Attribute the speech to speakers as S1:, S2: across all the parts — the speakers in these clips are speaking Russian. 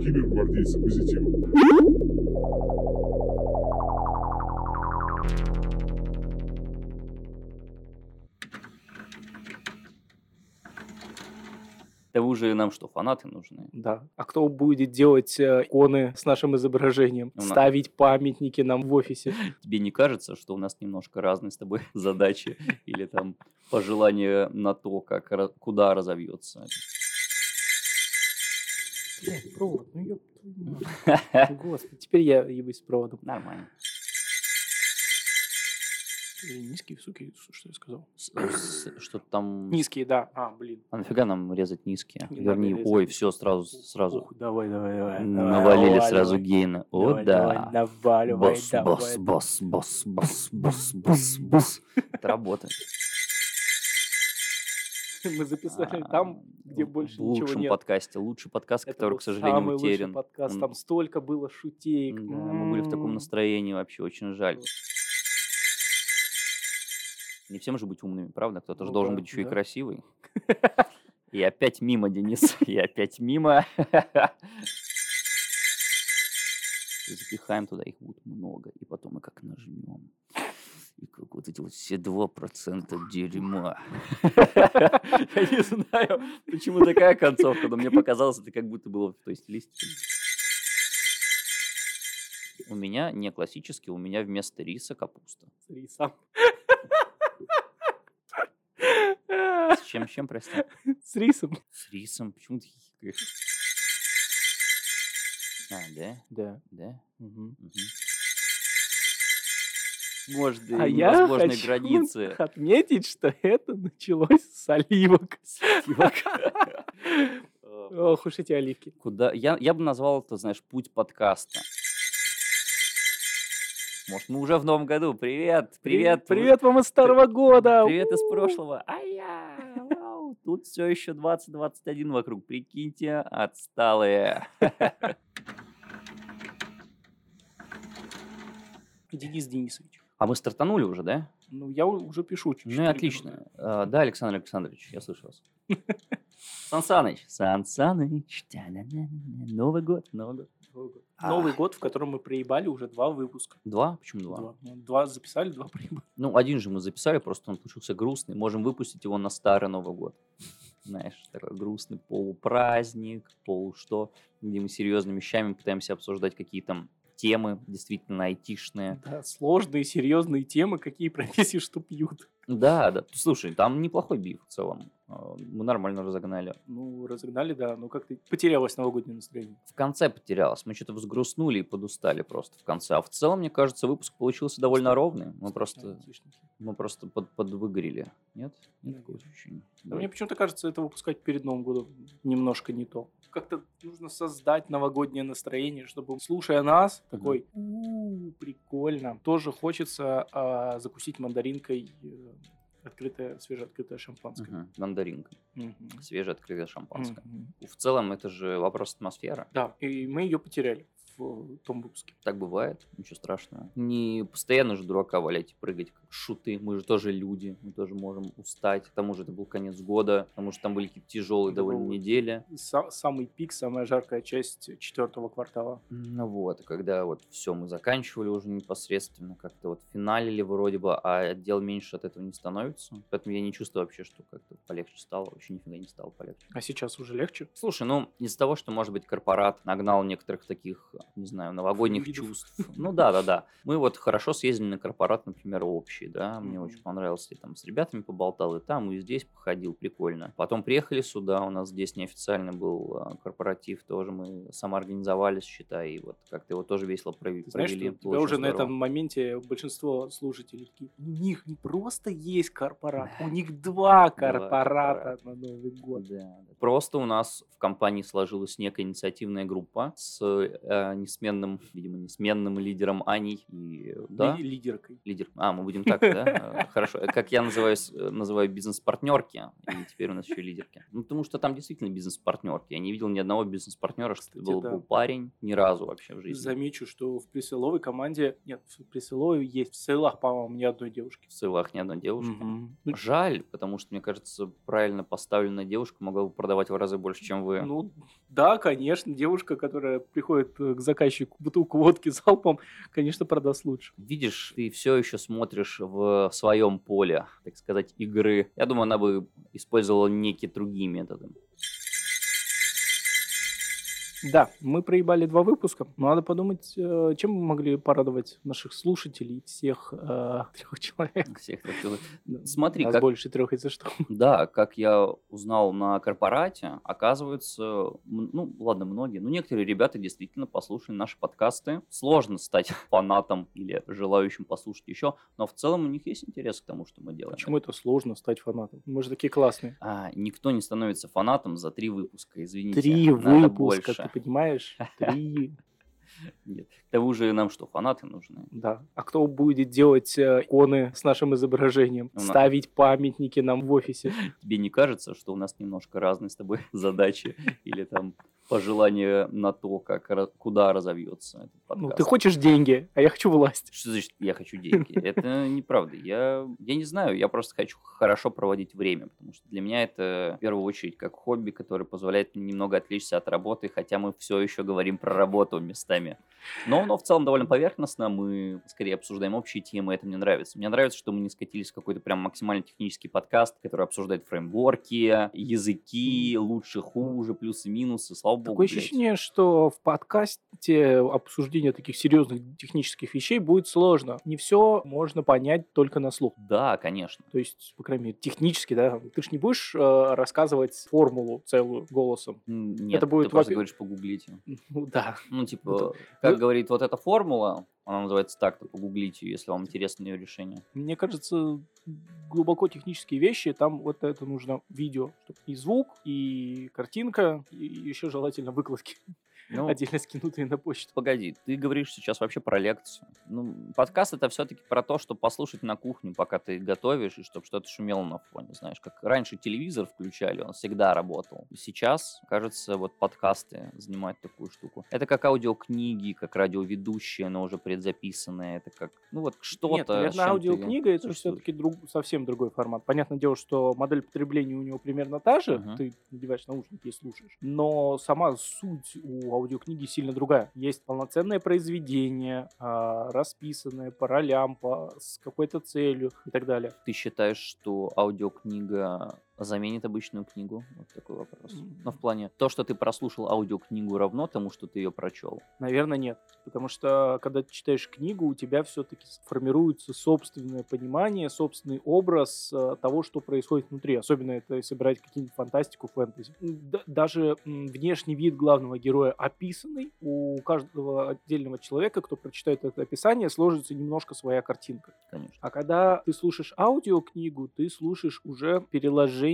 S1: Кибергвардейцы позитива.
S2: Да вы же нам что, фанаты нужны?
S3: Да. А кто будет делать э, иконы с нашим изображением?
S2: Ну, на-
S3: Ставить памятники нам в офисе?
S2: Тебе не кажется, что у нас немножко разные с тобой задачи или там пожелания на то, как ра- куда разовьется?
S3: Блядь, провод, ну ёб твою мать. Господи, теперь я ебусь с проводом.
S2: Нормально.
S3: Низкие, суки, что я сказал?
S2: С- с- Что там?
S3: Низкие, да. А, блин.
S2: А нафига нам резать низкие?
S3: Не
S2: Верни.
S3: надо резать.
S2: Ой, все сразу, сразу.
S3: Ух, давай, давай, давай.
S2: Навалили
S3: давай,
S2: сразу
S3: давай.
S2: гейна. О,
S3: Давай,
S2: да.
S3: давай, Наваливай,
S2: Босс,
S3: давай.
S2: босс, босс, босс, босс, босс, босс, босс. Это работает.
S3: Мы записали
S2: А,
S3: там, где
S2: в-
S3: больше
S2: в
S3: ничего
S2: лучшем
S3: нет.
S2: подкасте, лучший подкаст,
S3: это
S2: который,
S3: был
S2: к сожалению,
S3: самый лучший
S2: утерян.
S3: подкаст.
S2: Он-
S3: Там столько было шутеек.
S2: Да, мы были в таком
S3: М.
S2: настроении вообще, очень жаль. Не всем же быть умными, правда? Кто-то же
S3: Ну
S2: должен
S3: да,
S2: быть еще и
S3: да.
S2: красивый. И опять мимо, Денис, и опять мимо. Запихаем туда, их будет много, и потом мы как нажмем. И как вот эти вот все 2% дерьма. Я не знаю, почему такая концовка, но мне показалось, это как будто было в той стилистике. У меня не классический, у меня вместо риса капуста.
S3: с рисом.
S2: С чем, с чем, прости?
S3: С рисом?
S2: С рисом? Почему ты хихикаешь? А, да?
S3: Да.
S2: Да? Мгм. Может, и
S3: А я
S2: невозможные
S3: хочу
S2: границы.
S3: отметить, что это началось с оливок. Ох уж эти оливки.
S2: Куда? Я, я бы назвал это, знаешь, путь подкаста. Может, мы уже в новом году. Привет! Привет! вы-
S3: Привет вам из старого года!
S2: Привет из
S3: У-у-у.
S2: прошлого. Ай-я! вау, Тут все еще 2021 вокруг. Прикиньте, отсталые.
S3: Денис Денисович.
S2: А мы стартанули уже, да?
S3: Ну, я у- уже пишу. чуть-
S2: Ну и
S3: четыре минуты.
S2: отлично. А, Да, Александр Александрович, я слышу вас. Сан Саныч. Сан Саныч. та-на-на-на-на. Новый год, Новый год. А.
S3: Новый год, в котором мы проебали уже два выпуска.
S2: Два? Почему два?
S3: Два. Ну, Два записали, два проебали.
S2: Ну, один же мы записали, просто он получился грустный. Можем выпустить его на старый Новый год. Знаешь, такой грустный полупраздник, полу что, где мы серьезными вещами пытаемся обсуждать какие там темы действительно айтишные.
S3: Да, сложные, серьезные темы, какие профессии что пьют.
S2: Да, да. Слушай, там неплохой биф в целом. Э, Мы нормально разогнали.
S3: Ну, разогнали, да, но как-то потерялось новогоднее настроение.
S2: В конце потерялось. Мы что-то взгрустнули и подустали просто в конце. А в целом, мне кажется, выпуск получился довольно ровный. Мы просто,
S3: Айтишники.
S2: мы просто под, подвыгорели. Нет? Нет
S3: Наверное.
S2: такого ощущения?
S3: Да
S2: Давай.
S3: Мне почему-то кажется, это выпускать перед Новым годом немножко не то. Как-то нужно создать новогоднее настроение, чтобы, слушая нас, такой «У, прикольно. Тоже хочется а, закусить мандаринкой э, открытое, свежеоткрытое шампанское.
S2: Мгм. Мандаринка.
S3: Мгм.
S2: Свежеоткрытое шампанское.
S3: Мгм.
S2: В целом, это же вопрос атмосферы.
S3: Да, и мы ее потеряли в э, том выпуске.
S2: Так бывает, ничего страшного. Не постоянно же дурака валять и прыгать, как шуты. Мы же тоже люди, мы тоже можем устать. К тому же это был конец года, потому что там были какие-то тяжелые
S3: Да,
S2: довольно
S3: был.
S2: недели.
S3: Са- самый пик, самая жаркая часть четвертого квартала.
S2: Ну вот, и когда вот все мы заканчивали уже непосредственно, как-то вот финалили вроде бы, а дел меньше от этого не становится. Поэтому я не чувствую вообще, что как-то полегче стало, вообще нифига не стало полегче.
S3: А сейчас уже легче.
S2: Слушай, ну из-за того, что, может быть, корпорат нагнал некоторых таких, не знаю, новогодних
S3: Видов.
S2: чувств. Ну да, да, да. Мы вот хорошо съездили на корпорат, например, общий, да. Мне
S3: Мгм.
S2: очень понравилось, я там с ребятами поболтал и там, и здесь походил, прикольно. Потом приехали сюда, у нас здесь неофициально был а, корпоратив, тоже мы самоорганизовались, считай, и вот как-то его тоже весело прове-
S3: Ты знаешь,
S2: провели.
S3: что у
S2: было
S3: тебя
S2: очень
S3: уже на
S2: здорово.
S3: этом моменте большинство слушателей такие, у них не просто есть корпорат, у них два корпората на Новый год.
S2: Да, да. Просто у нас в компании сложилась некая инициативная группа с э, несменным, видимо, несменным лидером Аней. И, э, да,
S3: Ли- лидеркой.
S2: лидер. А, мы будем так, да? Э, Хорошо. Э, Как я называю, с- э, называю бизнес-партнерки, и теперь у нас еще и лидерки. Ну, потому что там действительно бизнес-партнерки. Я не видел ни одного бизнес-партнера, что
S3: Кстати,
S2: был,
S3: да.
S2: был парень ни разу вообще в жизни.
S3: Замечу, что в пресыловой команде... Нет, в пресыловой есть. В селах, по-моему, ни одной девушки.
S2: В ссылах ни одной девушки.
S3: Мгм. Ну,
S2: Жаль, потому что, мне кажется, правильно поставленная девушка могла бы продавать в разы больше, чем вы.
S3: Ну, да, конечно, девушка, которая приходит э, к заказчику бутылку водки залпом, конечно, продаст лучше.
S2: Видишь, ты все еще смотришь в своем поле, так сказать, игры. Я думаю, она бы использовала некие другие методы.
S3: Да, мы проебали два выпуска. но Надо подумать, э, чем мы могли порадовать наших слушателей, всех э, трех человек.
S2: Всех так сказать. Смотри,
S3: Нас
S2: как-
S3: больше трех, если что.
S2: Да, как я узнал на корпорате, оказывается, м- ну ладно, многие, но некоторые ребята действительно послушали наши подкасты. Сложно стать фанатом или желающим послушать еще, но в целом у них есть интерес к тому, что мы делаем.
S3: Почему это сложно стать фанатом? Мы же такие классные.
S2: А, никто не становится фанатом за три выпуска, извините.
S3: Три
S2: надо
S3: выпуска,
S2: больше.
S3: ты понимаешь? Три,
S2: Нет. К тому же нам что, фанаты нужны?
S3: да. А кто будет делать э, иконы с нашим изображением?
S2: Ну, на-
S3: Ставить памятники нам в офисе?
S2: Тебе не кажется, что у нас немножко разные с тобой задачи или там пожелания на то, как ра- куда разовьется этот
S3: Ну,
S2: подкаст?
S3: ты хочешь деньги, а я хочу власть.
S2: Что значит я хочу деньги? Это неправда. Я, я не знаю, я просто хочу хорошо проводить время, потому что для меня это в первую очередь как хобби, которое позволяет мне немного отвлечься от работы, хотя мы все еще говорим про работу местами. Но, но в целом довольно поверхностно, мы скорее обсуждаем общие темы, это мне нравится. Мне нравится, что мы не скатились в какой-то прям максимально технический подкаст, который обсуждает фреймворки, языки, лучше, хуже, плюсы-минусы, слава богу.
S3: Такое
S2: блядь.
S3: ощущение, что в подкасте обсуждение таких серьезных технических вещей будет сложно. Не все можно понять только на слух.
S2: Да, конечно.
S3: То есть, по крайней мере, технически, да, ты же не будешь э, рассказывать формулу целую голосом.
S2: М, Нет,
S3: Это будет
S2: ты просто
S3: во-пе-
S2: говоришь погуглите.
S3: Ну да.
S2: Ну,
S3: Это-
S2: типа, как
S3: ну-
S2: говорит вот эта формула, она называется так, то погуглите, ее, если вам интересно ее решение.
S3: Мне кажется, глубоко технические вещи, там вот это нужно видео, чтоб и звук, и картинка, и еще желательно выкладки,
S2: Ну,
S3: отдельно скинутые на почту.
S2: погоди, ты говоришь сейчас вообще про лекцию. Ну, подкаст это все-таки про то, чтобы послушать на кухне, пока ты готовишь, и чтобы что-то шумело на фоне, знаешь. Как раньше телевизор включали, он всегда работал. Сейчас, кажется, вот подкасты занимают такую штуку. Это как аудиокниги, как радиоведущие, но уже предзаписанные. Это как, ну вот что-то...
S3: Нет,
S2: с
S3: наверное,
S2: чем ты
S3: аудиокнига это
S2: существуешь.
S3: все-таки совсем другой формат. Понятное дело, что модель потребления у него примерно та же.
S2: Мгм.
S3: Ты надеваешь наушники и слушаешь. Но сама суть у аудиокниги сильно другая. Есть полноценное произведение, а, расписанное по ролям, по, с какой-то целью и так далее.
S2: Ты считаешь, что аудиокнига заменит обычную книгу? Вот такой вопрос.
S3: М.
S2: Ну, в плане, то, что ты прослушал аудиокнигу, равно тому, что ты ее прочел.
S3: Наверное, нет. Потому что, когда ты читаешь книгу, у тебя все-таки формируется собственное понимание, собственный образ э, того, что происходит внутри. Особенно это если брать какие-нибудь фантастику, фэнтези. М, да- даже м, внешний вид главного героя описанный. У каждого отдельного человека, кто прочитает это описание, сложится немножко своя картинка.
S2: Конечно.
S3: А когда ты слушаешь аудиокнигу, ты слушаешь уже переложение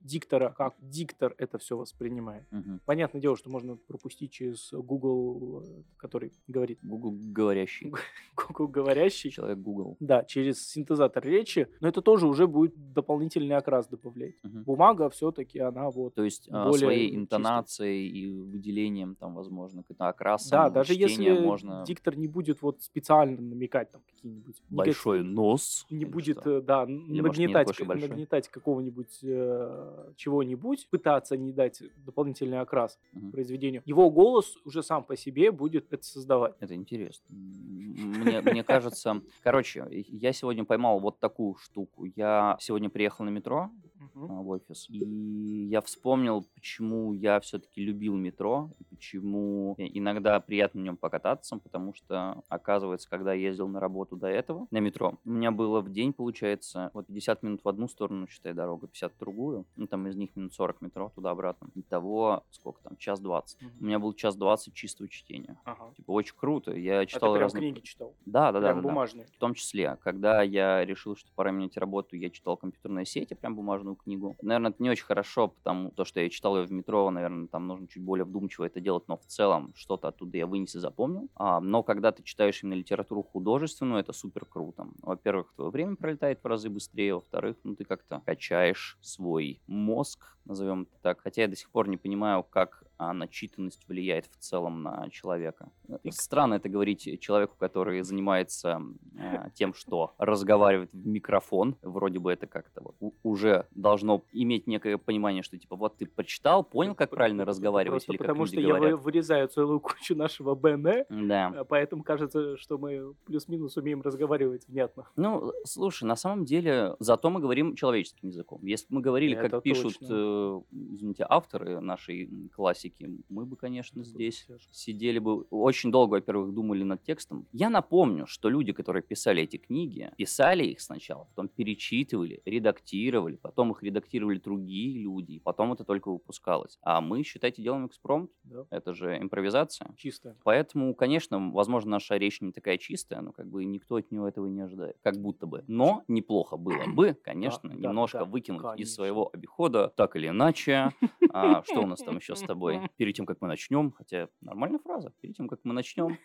S3: диктора, как диктор это все воспринимает.
S2: Мгм.
S3: Понятное дело, что можно пропустить через Google, э, который говорит
S2: Google говорящий.
S3: Google говорящий.
S2: Человек Google.
S3: Да, через синтезатор речи, но это тоже уже будет дополнительный окрас добавлять.
S2: Мгм.
S3: Бумага все-таки она вот.
S2: То есть а,
S3: Более
S2: своей
S3: чисто.
S2: интонацией и выделением там, возможно, какой-то окрасом
S3: Да, даже
S2: чтения
S3: если
S2: можно
S3: диктор не будет вот специально намекать там какие-нибудь негатив-
S2: большой нос.
S3: не
S2: или
S3: будет,
S2: что?
S3: э, да,
S2: Или, может, не
S3: нагнетать,
S2: такой уж и
S3: к-
S2: большой?
S3: нагнетать какого-нибудь э, чего-нибудь, пытаться не дать дополнительный окрас
S2: Мгм.
S3: произведению. Его голос уже сам по себе будет это создавать.
S2: Это интересно. М, Мне, мне кажется... Короче, я сегодня поймал вот такую штуку. Я сегодня приехал на метро,
S3: Мгм.
S2: а, в офис. И я вспомнил, почему я все-таки любил метро, и почему и- иногда приятно в нем покататься, потому что, оказывается, когда я ездил на работу до этого, на метро, у меня было в день, получается, вот 50 минут в одну сторону, считай, дорога, 50 в другую, ну, там из них минут 40 метро туда-обратно. Итого, сколько там, час 20. У меня был час 20 чистого чтения.
S3: Ага.
S2: Типа, очень круто. Я
S3: А ты
S2: читал
S3: прям
S2: разные-
S3: книги читал?
S2: Да, да, да.
S3: прям
S2: да, да
S3: бумажные?
S2: в том числе, когда я решил, что пора менять работу, я читал компьютерные сети, прям бумажную книгу. Наверное, это не очень хорошо, потому то, что я читал ее в метро, наверное, там нужно чуть более вдумчиво это делать, но в целом что-то оттуда я вынес и запомнил. А, но когда ты читаешь именно литературу художественную, это супер круто. Во-первых, твое время пролетает в разы быстрее, во-вторых, ну ты как-то качаешь свой мозг, назовем это так. Хотя я до сих пор не понимаю, как а начитанность влияет в целом на человека. Странно это говорить человеку, который занимается э, тем, что разговаривает в микрофон. Вроде бы это как-то вот у- уже должно иметь некое понимание, что типа вот ты прочитал, понял, как правильно разговаривать
S3: Просто
S2: или как
S3: потому
S2: люди
S3: что я вы-
S2: говорят.
S3: вырезаю целую кучу нашего БН,
S2: Да.
S3: а поэтому кажется, что мы плюс-минус умеем разговаривать внятно.
S2: Ну, слушай, на самом деле, зато мы говорим человеческим языком. Если бы мы говорили,
S3: Это
S2: как пишут,
S3: точно.
S2: э, извините, авторы нашей м, классики, мы бы, конечно, здесь
S3: Слушай,
S2: сидели бы очень долго, во-первых, думали над текстом. Я напомню, что люди, которые писали эти книги, писали их сначала, потом перечитывали, редактировали, потом их редактировали другие люди, и потом это только выпускалось. А мы, считайте, делаем экспромт,
S3: Да.
S2: это же импровизация.
S3: Чисто.
S2: Поэтому, конечно, возможно, наша речь не такая чистая, но как бы никто от него этого не ожидает. Как будто бы. Но неплохо было бы, конечно,
S3: Да, да,
S2: немножко
S3: да,
S2: выкинуть
S3: конечно.
S2: из своего обихода, так или иначе. А, что у нас там еще с тобой? Перед тем, как мы начнем, хотя нормальная фраза, перед тем, как мы начнем,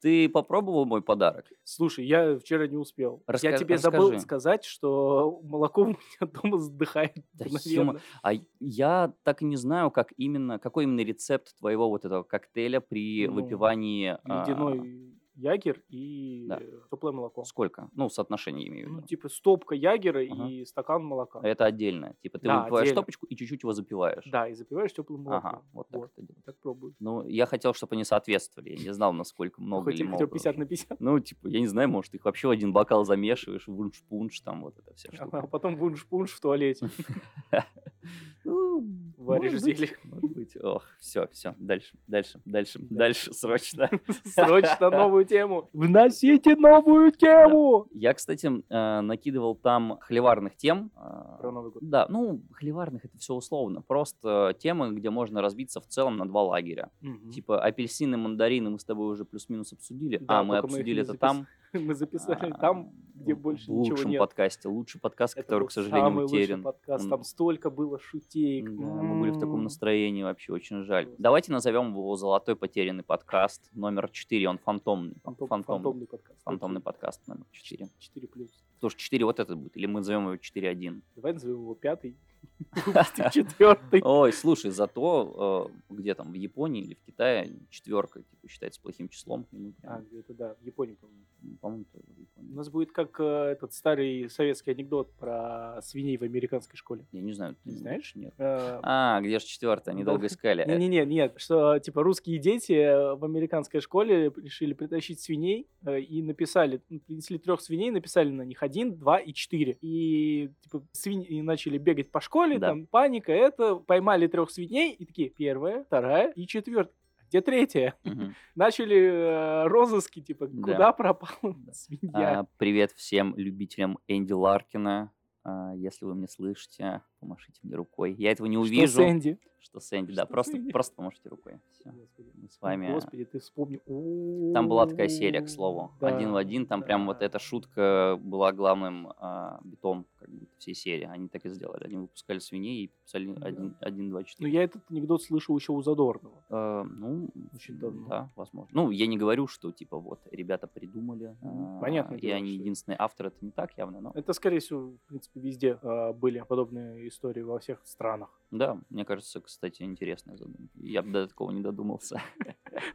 S2: ты попробовал мой подарок?
S3: Слушай, я вчера не успел. я
S2: Раска-
S3: тебе забыл
S2: расскажи.
S3: сказать, что молоко у меня дома задыхает.
S2: Да
S3: мгновенно.
S2: А я так и не знаю, как именно, какой именно рецепт твоего вот этого коктейля при
S3: Ну,
S2: выпивании... а,
S3: Ледяной ягер и
S2: да.
S3: э, теплое молоко.
S2: Сколько? Ну, соотношение имею в
S3: Ну,
S2: виду.
S3: типа стопка ягера
S2: Ага.
S3: и стакан молока.
S2: Это отдельно. Типа ты
S3: Да,
S2: выпиваешь
S3: отдельно.
S2: стопочку и чуть-чуть его запиваешь.
S3: Да, и запиваешь теплым молоком.
S2: Ага, вот так
S3: Вот.
S2: это делать.
S3: Так пробую.
S2: Ну, я хотел, чтобы они соответствовали. Я не знал, насколько много
S3: Ну, Хоть
S2: или
S3: и хотел
S2: мало.
S3: 50 на 50,
S2: Ну, типа, я не знаю, может, их вообще в один бокал замешиваешь, вунш-пунш, там вот это вся
S3: а
S2: штука.
S3: потом вунш-пунш в туалете.
S2: Ну,
S3: Варишь
S2: может быть,
S3: зелье.
S2: Может быть. Ох, все, все, дальше, дальше, дальше, дальше, срочно.
S3: Срочно новую тему. Вносите новую тему!
S2: Я, кстати, м, э, накидывал там хлеварных тем. э,
S3: Про Новый год.
S2: Да, ну, хлеварных это все условно. Просто э, темы, где можно разбиться в целом на два лагеря.
S3: Мгм.
S2: Типа апельсины, мандарины мы с тобой уже плюс-минус обсудили.
S3: Да,
S2: а, мы
S3: только мы их не
S2: обсудили это
S3: запис-
S2: там.
S3: Мы записали
S2: а,
S3: там, где
S2: в-
S3: больше
S2: в
S3: ничего
S2: лучшем
S3: нет.
S2: подкасте. Лучший подкаст,
S3: Это
S2: который,
S3: был
S2: к сожалению,
S3: самый лучший
S2: утерян.
S3: подкаст, М-м.
S2: Он-
S3: там столько было шутеек.
S2: Да, мы были в таком
S3: М.
S2: настроении вообще, очень жаль.
S3: Просто.
S2: Давайте назовем его «Золотой потерянный подкаст» номер 4, он фантомный.
S3: Фантом-
S2: фантомный.
S3: Фантомный подкаст.
S2: Фантомный подкаст номер 4.
S3: 4 плюс.
S2: Потому что 4 вот это будет, или мы назовем его 4.1.
S3: Давай назовем его пятый. Выпустим четвертый.
S2: Ой, слушай, зато э, где там, в Японии или в Китае четверка типа, считается плохим числом. И мы
S3: А,
S2: прям,
S3: это да, в Японии, по-моему.
S2: ну, По-моему, тоже в Японии.
S3: У нас будет как э, этот старый советский анекдот про свиней в американской школе.
S2: Я не знаю.
S3: Не
S2: ты
S3: знаешь?
S2: Нет.
S3: Э,
S2: А, где же четвертая? Они
S3: Да.
S2: долго искали. Э,
S3: Не-не-не, нет, что типа русские дети э, в американской школе решили притащить свиней э, и написали, ну, принесли трех свиней, написали на них один, два и четыре. И типа свиньи начали бегать по школе,
S2: Да.
S3: там паника, это, поймали трех свиней и такие, первая, вторая и четвертая. Где третья?
S2: мгм.
S3: Начали э, розыски, типа,
S2: Да.
S3: куда пропала свинья?
S2: А, Привет всем любителям Энди Ларкина. А, Если вы меня слышите, помашите мне рукой. Я этого не
S3: Что с
S2: увижу.
S3: Энди?
S2: Что с Энди?
S3: Что
S2: Да,
S3: с
S2: просто,
S3: Энди?
S2: просто помашите рукой. Всё.
S3: Господи.
S2: Мы с вами.
S3: Господи, ты вспомнил.
S2: Там была такая серия, к слову.
S3: Да,
S2: один в один. Там прям вот
S3: да.
S2: эта шутка была главным а, битом как бы, всей серии. Они так и сделали. Они выпускали свиней и писали
S3: Да.
S2: один, один, два,
S3: Ну,
S2: четыре.
S3: я этот анекдот слышал еще у Задорнова.
S2: Э, ну,
S3: Очень
S2: м,
S3: давно.
S2: Да, возможно. Ну, я не говорю, что типа вот ребята придумали.
S3: Мгм.
S2: а,
S3: Понятное
S2: И
S3: дело,
S2: они
S3: что-
S2: единственные авторы, это не так явно, но.
S3: Это, скорее всего, в принципе, везде э, были подобные истории во всех странах.
S2: Да, мне кажется, кстати, интересная задумка. Я бы до такого не додумался.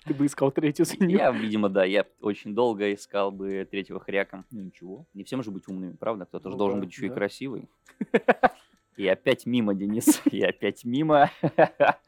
S3: Ты бы искал третью свинью.
S2: Я, видимо, да, я очень долго искал бы третьего хряка. Ну ничего. Не всем же быть умными, правда? Кто-то же
S3: Ну
S2: должен
S3: да,
S2: быть еще и
S3: да.
S2: красивый. И опять мимо, Денис. И опять мимо.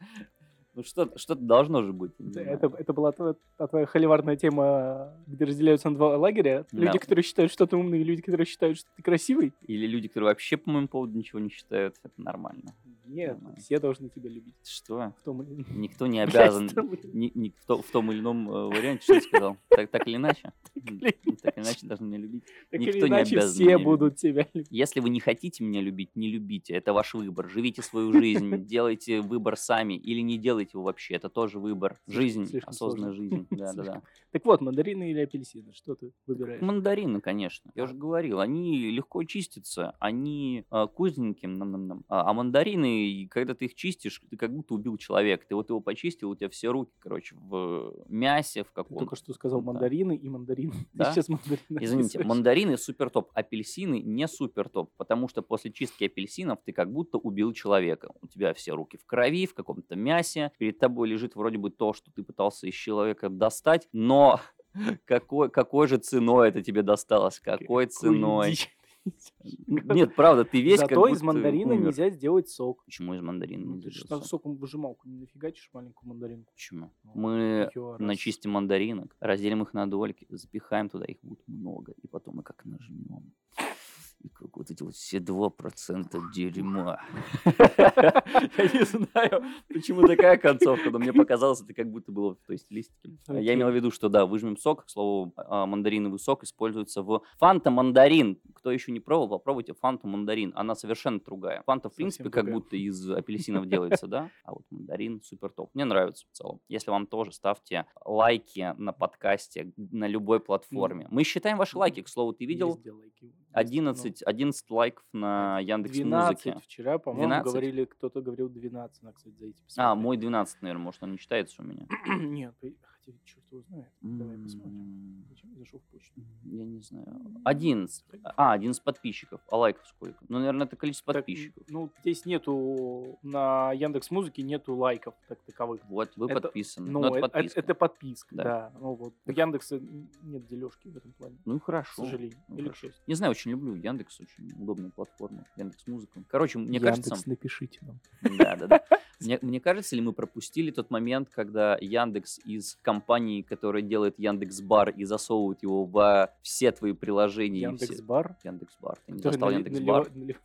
S2: Ну что- что-то должно же быть. я не
S3: Это,
S2: знаю.
S3: это- это была твоя, та твоя холиварная тема, где разделяются на два лагеря. Люди,
S2: Да.
S3: которые считают, что ты умный, и люди, которые считают, что ты красивый.
S2: Или люди, которые вообще по моему поводу ничего не считают, это нормально.
S3: Нет,
S2: Нормально.
S3: все должны тебя любить.
S2: Что?
S3: В том или ином-
S2: Никто не
S3: Блядь,
S2: обязан
S3: в том или ином-
S2: ни- ни- в, то- в том или ином э, варианте, что я сказал. Так, так или иначе. М, ну,
S3: или
S2: Так или иначе должны меня любить.
S3: Так или
S2: Никто не обязан
S3: иначе,
S2: меня
S3: все
S2: любить.
S3: будут тебя любить.
S2: Если вы не хотите меня любить, не любите. Это ваш выбор. Живите свою жизнь, делайте выбор сами или не делайте делать его вообще. Это тоже выбор.
S3: Слишком-
S2: Жизнь,
S3: слишком
S2: осознанная жизнь. Да-да-да.
S3: Слишком. Так вот, мандарины или апельсины, что ты выбираешь?
S2: Ну, Мандарины, конечно. Я же говорил, они легко чистятся, они а, кузенькие, нам-нам-нам. а, а мандарины, и когда ты их чистишь, ты как будто убил человека. Ты вот его почистил, у тебя все руки, короче, в э, мясе, в
S3: Ты
S2: каком-то.
S3: только что сказал
S2: Да.
S3: мандарины и мандарины. Ты
S2: Да?
S3: сейчас мандарины.
S2: Извините,
S3: описываешь.
S2: мандарины супер топ, апельсины не супер топ, потому что после чистки апельсинов ты как будто убил человека. У тебя все руки в крови, в каком-то мясе, перед тобой лежит вроде бы то, что ты пытался из человека достать, но какой, какой же ценой это тебе досталось, какой ценой?
S3: дичь.
S2: Н- Нет, правда, ты весь как
S3: Зато
S2: будто
S3: из мандарина
S2: умер.
S3: нельзя сделать сок.
S2: Почему из мандарина
S3: Ну,
S2: нельзя
S3: ты же
S2: делать
S3: там
S2: сок?
S3: соком выжималку не нафигачишь маленькую мандаринку.
S2: Почему? Мы
S3: Её раз.
S2: начистим мандаринок, разделим их на дольки, запихаем туда, их будет много, и потом мы как нажмем. И как вот эти вот все 2% дерьма. Я не знаю, почему такая концовка, но мне показалось, это как будто было в той стилистике. А Я
S3: Окей.
S2: имел в виду, что да, выжмем сок, к слову, а, мандариновый сок используется в фанта мандарин. Кто еще не пробовал, попробуйте фанту мандарин. Она совершенно другая. Фанта, в
S3: Совсем
S2: принципе, как
S3: другая.
S2: будто из апельсинов делается, да? А вот мандарин супер топ. Мне нравится в целом. Если вам тоже, ставьте лайки на подкасте, на любой платформе. Мы считаем ваши лайки. К слову, ты видел
S3: Есть диалоги, есть, ну,
S2: 11, 11 лайков на Яндекс
S3: 12
S2: Музыке.
S3: вчера, по-моему,
S2: 12?
S3: говорили, кто-то говорил 12, надо, кстати, зайти
S2: А,
S3: посмотреть.
S2: мой 12, наверное, может, он не читается у меня.
S3: Нет, и- хотя черт его знает. Давай посмотрим.
S2: М,
S3: Зачем я зашел в почту?
S2: Я не знаю. 11. А, 11 подписчиков. А лайков сколько? Ну, наверное, это количество
S3: Так,
S2: подписчиков.
S3: ну, здесь нету, на Яндекс Музыке нету лайков так таковых.
S2: Вот, вы
S3: это-
S2: подписаны.
S3: Ну,
S2: Ну, это
S3: э- э-
S2: подписка.
S3: это подписка,
S2: Да.
S3: да. Ну, вот. У Яндекса н- нет дележки в этом плане,
S2: Ну, и
S3: к
S2: хорошо.
S3: сожалению.
S2: Ну,
S3: Или к
S2: хорошо.
S3: счастью.
S2: Не знаю, очень люблю Яндекс, очень удобная платформа. Яндекс Музыка. Короче, мне
S3: Яндекс,
S2: кажется...
S3: напишите нам.
S2: Да, да, да. Мне, мне кажется, ли мы пропустили тот момент, когда Яндекс из компании, которая делает Яндекс Бар и засовывает его во все твои приложения. и
S3: Яндекс
S2: все-
S3: Бар.
S2: Яндекс Бар. Ты не
S3: который
S2: достал
S3: нали-
S2: Яндекс
S3: налива-
S2: Бар.
S3: налив-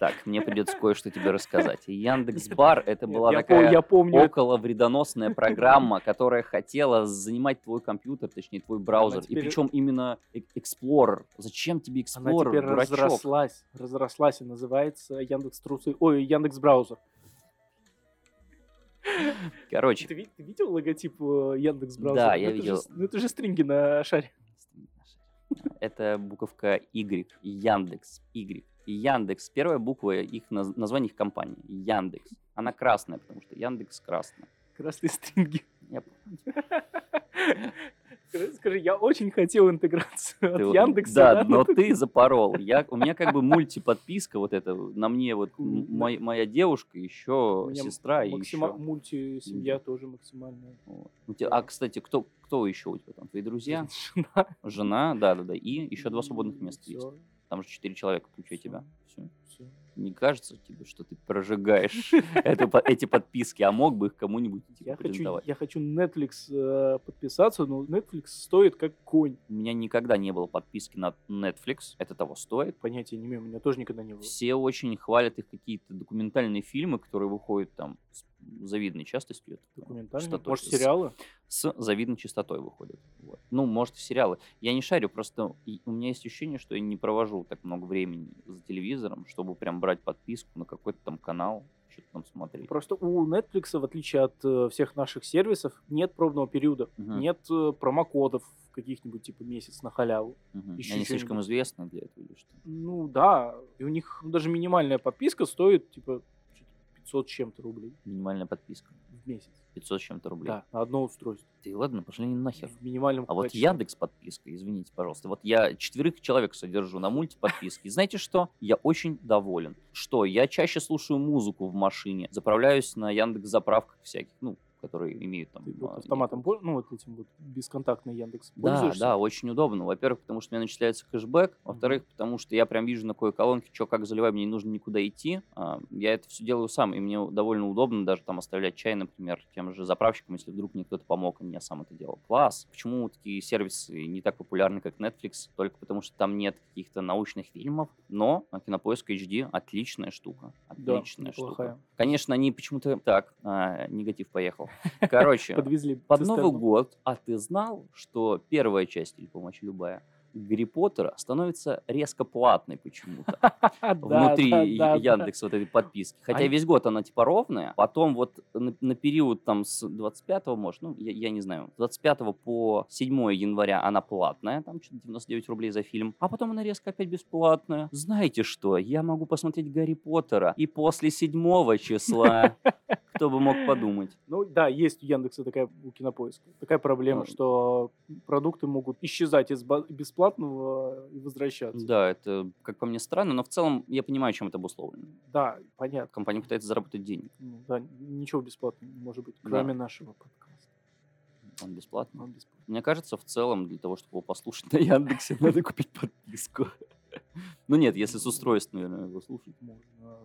S2: Так, мне придется кое-что тебе рассказать. Яндекс Бар это
S3: Нет,
S2: была
S3: я пом-
S2: такая
S3: Я помню. это.
S2: около вредоносная программа, которая хотела занимать твой компьютер, точнее твой браузер. И
S3: теперь-
S2: причем именно э- Explorer. Зачем тебе
S3: Она
S2: Explorer,
S3: теперь
S2: дурачок?
S3: разрослась. Разрослась и называется Яндекс Трусы. Ой, Яндекс Браузер.
S2: Короче,
S3: Ты, ви- ты видел логотип э, Яндекс Браузера?
S2: Да,
S3: Ну,
S2: я
S3: это же
S2: видел.
S3: с- ну это же стринги на шаре.
S2: это буковка Y. Яндекс. Y. Яндекс. Первая буква их наз- названия их компании. Яндекс. Она красная, потому что Яндекс красная.
S3: Красные стринги.
S2: Я
S3: Скажи- Скажи, я очень хотел интеграцию
S2: Ты
S3: от
S2: вот-
S3: Яндекса.
S2: Да,
S3: да,
S2: но ты запорол. Я, у меня как бы мультиподписка вот эта. На мне вот м-
S3: Да.
S2: моя, моя девушка, еще
S3: У меня
S2: сестра и
S3: А максима-
S2: еще.
S3: Мультисемья тоже максимальная.
S2: А, кстати, кто, кто еще у тебя там? Твои друзья?
S3: Жена.
S2: Жена, да-да-да. И еще два
S3: И
S2: свободных места есть.
S3: всё,
S2: Там же четыре человека, включая
S3: Всё.
S2: тебя. Всё.
S3: всё.
S2: Не кажется тебе, что ты прожигаешь эту по- эти подписки, а мог бы их кому-нибудь типа,
S3: Я хочу,
S2: презентовать?
S3: я хочу Netflix э, подписаться, но Netflix стоит как конь.
S2: У меня никогда не было подписки на Netflix. Это того стоит.
S3: Понятия не имею, у меня тоже никогда не было.
S2: Все очень хвалят их какие-то документальные фильмы, которые выходят там с завидной частостью. я так понимаю,
S3: Документальные?
S2: частотой.
S3: Может,
S2: С-
S3: сериалы?
S2: С, завидной частотой выходят. Вот. Ну, может, и сериалы. Я не шарю, просто и- у меня есть ощущение, что я не провожу так много времени за телевизором, чтобы прям брать подписку на какой-то там канал, что-то там смотреть.
S3: Просто у Netflix, в отличие от э, всех наших сервисов, нет пробного периода,
S2: Мгм.
S3: нет э, промокодов каких-нибудь типа месяц на халяву.
S2: Мгм. Ну,
S3: ищи
S2: Они слишком
S3: что-нибудь.
S2: известны для этого или что?
S3: Ну да, и у них ну, даже минимальная подписка стоит типа что-то 500 с чем-то рублей
S2: Минимальная подписка.
S3: в месяц.
S2: 500 с чем-то рублей.
S3: Да, на одно устройство.
S2: Ты ладно, пошли они нахер.
S3: В минимальном
S2: А вот
S3: качестве.
S2: Яндекс подписка, извините, пожалуйста. Вот я четверых человек содержу на мультиподписке. И Знаете что? Я очень доволен. Что? Я чаще слушаю музыку в машине, заправляюсь на Яндекс заправках всяких, ну, которые имеют там.
S3: Ты вот
S2: а,
S3: автоматом,
S2: некую-
S3: польз- ну вот этим вот бесконтактный Яндекс
S2: Да,
S3: пользуешься?
S2: да, очень удобно. Во-первых, потому что у меня начисляется кэшбэк. Во-вторых, потому что я прям вижу на какой колонке, что как заливаю, мне не нужно никуда идти. А, Я это все делаю сам, и мне довольно удобно даже там оставлять чай, например, тем же заправщикам, если вдруг мне кто-то помог, а не я сам это делал. Класс! Почему такие сервисы не так популярны, как Netflix? Только потому, что там нет каких-то научных фильмов, но а, Кинопоиск HD отличная штука.
S3: Да,
S2: Отличная штука.
S3: неплохая.
S2: Конечно, они почему-то... Так, а, негатив поехал. Короче,
S3: Подвезли
S2: под
S3: цистерну.
S2: Новый год, а ты знал, что первая часть, или, по-моему, любая, Гарри Поттера становится резко платной почему-то
S3: А, Да,
S2: внутри
S3: да,
S2: Я-
S3: да,
S2: Яндекс вот этой подписки. Хотя
S3: Они-
S2: весь год она типа ровная, потом вот на, на период там с 25 может, ну я, я не знаю, с 25 по 7 января она платная, там что-то 99 рублей за фильм, а потом она резко опять бесплатная. Знаете что, я могу посмотреть Гарри Поттера и после 7 числа, кто бы мог подумать.
S3: Ну да, есть у Яндекса такая, у Кинопоиска, такая проблема,
S2: Ну.
S3: что продукты могут исчезать из ба- бесплатного и возвращаться.
S2: Да, это, как по мне, странно, но в целом я понимаю, чем это обусловлено.
S3: Да, понятно.
S2: Компания пытается заработать денег.
S3: Ну да, ничего бесплатного не может быть,
S2: Да.
S3: кроме нашего подкаста.
S2: Он бесплатный.
S3: Он бесплатный.
S2: Мне кажется, в целом, для того, чтобы его послушать на Яндексе, надо купить подписку. Ну нет, если с устройств, наверное, его слушать.
S3: Можно,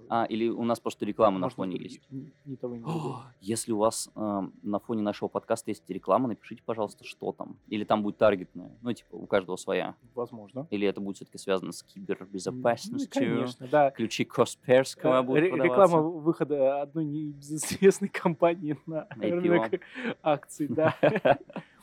S2: А, или у нас просто реклама на
S3: можно
S2: фоне
S3: тут
S2: есть.
S3: и- Ни, ни того, ни другого.
S2: О, Если у вас эм, на фоне нашего подкаста есть реклама, напишите, пожалуйста, что там. Или там будет таргетная. Ну, типа, у каждого своя.
S3: Возможно.
S2: Или это будет все-таки связано с кибербезопасностью.
S3: Ну, Конечно, да.
S2: Ключи Касперского
S3: Э,
S2: будут
S3: ре-
S2: продаваться.
S3: Реклама выхода одной небезызвестной компании на
S2: IPO.
S3: рынок акций, да.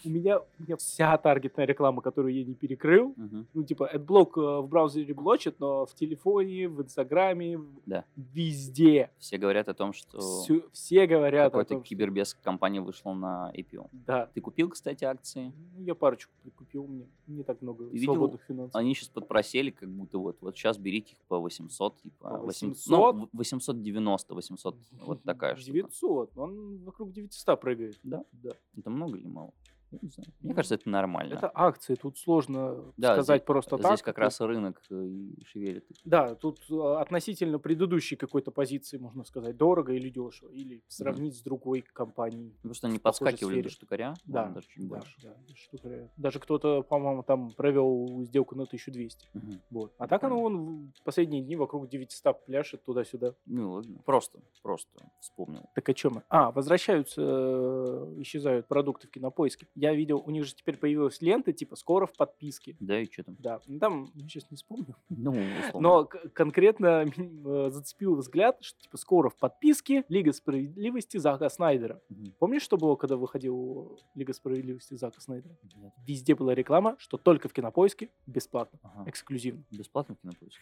S3: У меня, у меня вся таргетная реклама, которую я не перекрыл,
S2: Мгм.
S3: ну, типа, AdBlock э, в браузере блочит, но в телефоне, в Инстаграме, в-
S2: Да.
S3: везде.
S2: Все говорят о том, что...
S3: Всё- все говорят о
S2: Какой-то
S3: том, что-
S2: кибербез компания вышла на IPO.
S3: Да.
S2: Ты купил, кстати, акции?
S3: Ну, Я парочку прикупил, мне не так много
S2: Ты видел?
S3: свободных финансов.
S2: Они сейчас подпросели, как будто вот, вот сейчас берите их по 800, типа,
S3: По
S2: восем-
S3: 800?
S2: ну, в- 890, 800, вот такая штука.
S3: 900, он вокруг 900 прыгает.
S2: Да?
S3: Да.
S2: Это много или мало? Я не знаю. Мне
S3: Ну,
S2: кажется, это нормально.
S3: Это акции, тут сложно
S2: Да,
S3: сказать
S2: здесь-
S3: просто так.
S2: Здесь как раз рынок э, и шевелит. их.
S3: Да, тут э, относительно предыдущей какой-то позиции, можно сказать, дорого или дешево, или сравнить с другой компанией.
S2: Ну, Просто они
S3: похожей
S2: подскакивали до
S3: сфере.
S2: штукаря,
S3: Да,
S2: ладно, даже чуть
S3: Да,
S2: больше.
S3: да, штука, э, Даже кто-то, по-моему, там провел сделку на 1200.
S2: Мгм.
S3: Вот. А так оно вон в последние дни вокруг 900 пляшет туда-сюда.
S2: Ну, ладно. Просто, просто вспомнил.
S3: Так о чем мы? А, возвращаются, э, исчезают продукты в кинопоиске. Я видел, у них же теперь появилась лента, типа, скоро в подписке.
S2: Да, и что там?
S3: Да, ну, там, сейчас не вспомню.
S2: Ну, условно.
S3: Но к- конкретно меня, э, зацепил взгляд, что типа скоро в подписке Лига справедливости Зака Снайдера.
S2: Мгм.
S3: Помнишь, что было, когда выходил Лига справедливости Зака Снайдера?
S2: Нет.
S3: Везде была реклама, что только в кинопоиске бесплатно,
S2: Ага.
S3: эксклюзивно.
S2: Бесплатно в кинопоиске?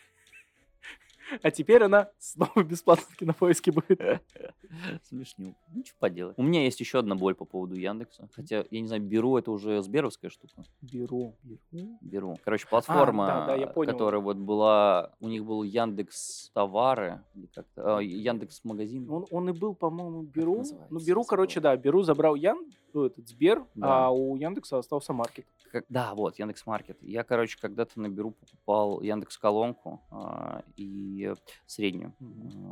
S3: А теперь она снова бесплатно в кинопоиске будет.
S2: Смешню. Ну, что поделать. У меня есть еще одна боль по поводу Яндекса. Хотя, я не знаю, беру это уже сберовская штука.
S3: Беру, беру.
S2: Беру. Короче, платформа,
S3: да, да, А, я понял.
S2: которая вот была... У них был Яндекс товары, или как-то, а, Яндекс магазин.
S3: Ну, Он, он и был, по-моему, Беру. Ну,
S2: называется?
S3: Беру, короче, да, Беру забрал Ян, ну, этот Сбер,
S2: Да.
S3: а у Яндекса остался Маркет.
S2: Как- да, вот, Яндекс Маркет. Я, короче, когда-то на Беру покупал Яндекс колонку и э, среднюю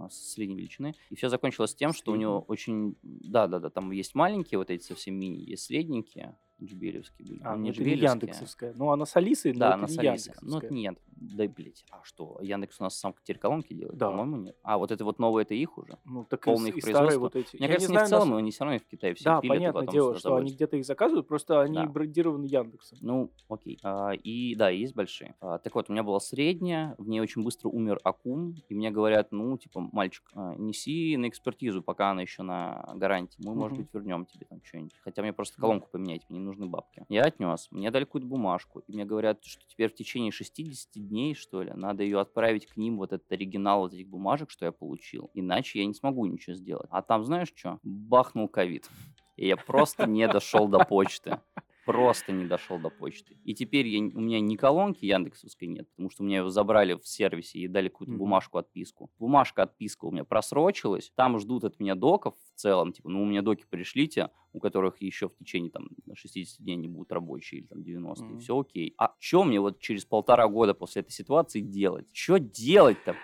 S2: а, средней величины. И все закончилось тем, что у него очень... Да-да-да, там есть маленькие вот эти совсем мини, есть средненькие, джбелевские были.
S3: А,
S2: ну,
S3: ну,
S2: не
S3: это не
S2: джбелевские.
S3: Яндексовская. Ну, она с Алисой, но
S2: Да,
S3: это
S2: она
S3: не
S2: с Алисой. Ну,
S3: Яндексовская.
S2: это нет. Да, и, блядь, а что? Яндекс у нас сам теперь колонки делает?
S3: Да.
S2: По-моему, нет. А, вот это вот новое, это их уже?
S3: Ну, так
S2: полное
S3: полные
S2: их
S3: и старые
S2: производство.
S3: вот эти.
S2: Мне
S3: Я не
S2: кажется, не,
S3: знаю,
S2: в целом,
S3: нас-
S2: они все равно их в Китае все
S3: Да,
S2: пилят и
S3: понятное
S2: потом
S3: дело,
S2: сюда
S3: что они
S2: завозят.
S3: где-то их заказывают, просто они
S2: Да.
S3: брендированы Яндексом.
S2: Ну, окей. А, и да, есть большие. А, так вот, у меня была средняя, в ней очень быстро умер Акум, и мне говорят, ну, типа, мальчик, а, неси на экспертизу, пока она еще на гарантии. Мы, может
S3: Мгм.
S2: быть, вернем тебе там что-нибудь. Хотя мне просто
S3: Да.
S2: колонку поменять, мне не нужны бабки. Я отнес, мне дали какую-то бумажку, и мне говорят, что теперь в течение 60 дней, что ли, надо ее отправить к ним, вот этот оригинал вот этих бумажек, что я получил, иначе я не смогу ничего сделать. А там, знаешь что? Бахнул ковид. И я просто не дошел до почты просто не дошел до почты. И теперь я, н- у меня ни колонки Яндексовской нет, потому что у меня ее забрали в сервисе и дали какую-то
S3: Мгм.
S2: бумажку отписку. Бумажка отписка у меня просрочилась. Там ждут от меня доков в целом, типа, ну у меня доки пришлите, у которых еще в течение там 60 дней не будут рабочие или там 90, и
S3: Мгм.
S2: все окей. А что мне вот через полтора года после этой ситуации делать? Что делать-то?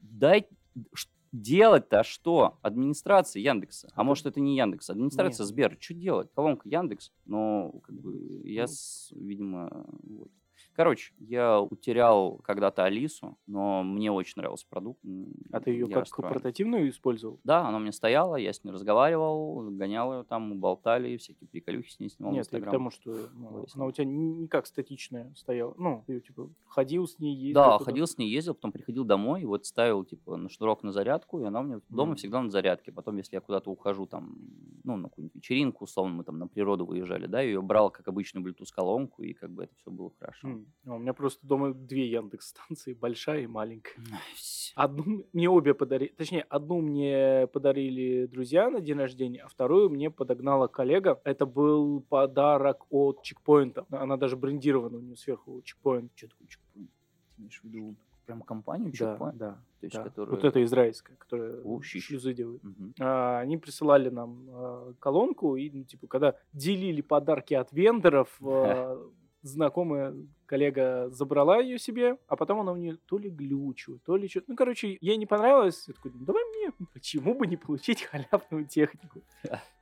S2: Дай ш- делать-то а что? Администрация Яндекса. А
S3: Это-
S2: может, это не Яндекс, администрация
S3: Нет.
S2: Сбер. Что делать? Колонка Яндекс, но как бы я,
S3: Ну.
S2: с- видимо, вот. Короче, я утерял когда-то Алису, но мне очень нравился продукт. м,
S3: А ты ее
S2: я
S3: как
S2: расстроен.
S3: портативную использовал?
S2: Да, она у меня стояла, я с ней разговаривал, гонял ее там, мы болтали, всякие приколюхи с ней снимал в
S3: Нет, я к
S2: Инстаграм.
S3: тому, что ну,
S2: Выяснил.
S3: она у тебя не не как статичная стояла. Ну, ты типа ходил с ней, ездил.
S2: Да,
S3: туда.
S2: ходил с ней, ездил, потом приходил домой, и вот ставил, типа, на шнурок на зарядку, и она у меня дома
S3: Мгм.
S2: всегда на зарядке. Потом, если я куда-то ухожу, там, ну, на какую-нибудь вечеринку, условно, мы там на природу выезжали, да, ее брал, как обычную Bluetooth-колонку, и как бы это все было хорошо.
S3: М, А У меня просто дома две Яндекс станции, большая и маленькая.
S2: Ай, всё.
S3: Одну мне обе подарили, точнее, одну мне подарили друзья на день рождения, а вторую мне подогнала коллега. Это был подарок от чекпоинта. Она даже брендирована у нее сверху чекпоинт.
S2: Чё такое чекпоинт? Ты имеешь в виду прям компанию
S3: Да,
S2: чекпоинт?
S3: да,
S2: То есть,
S3: да.
S2: которая...
S3: Вот это израильская, которая
S2: О, щищ.
S3: шлюзы делает.
S2: Мгм.
S3: А, Они присылали нам а, колонку, и, ну, типа, когда делили подарки от вендоров, а, знакомая коллега забрала ее себе, а потом она у нее то ли глючила, то ли что Ну, короче, ей не понравилось, я такой, «Ну, давай мне, почему бы не получить халявную технику?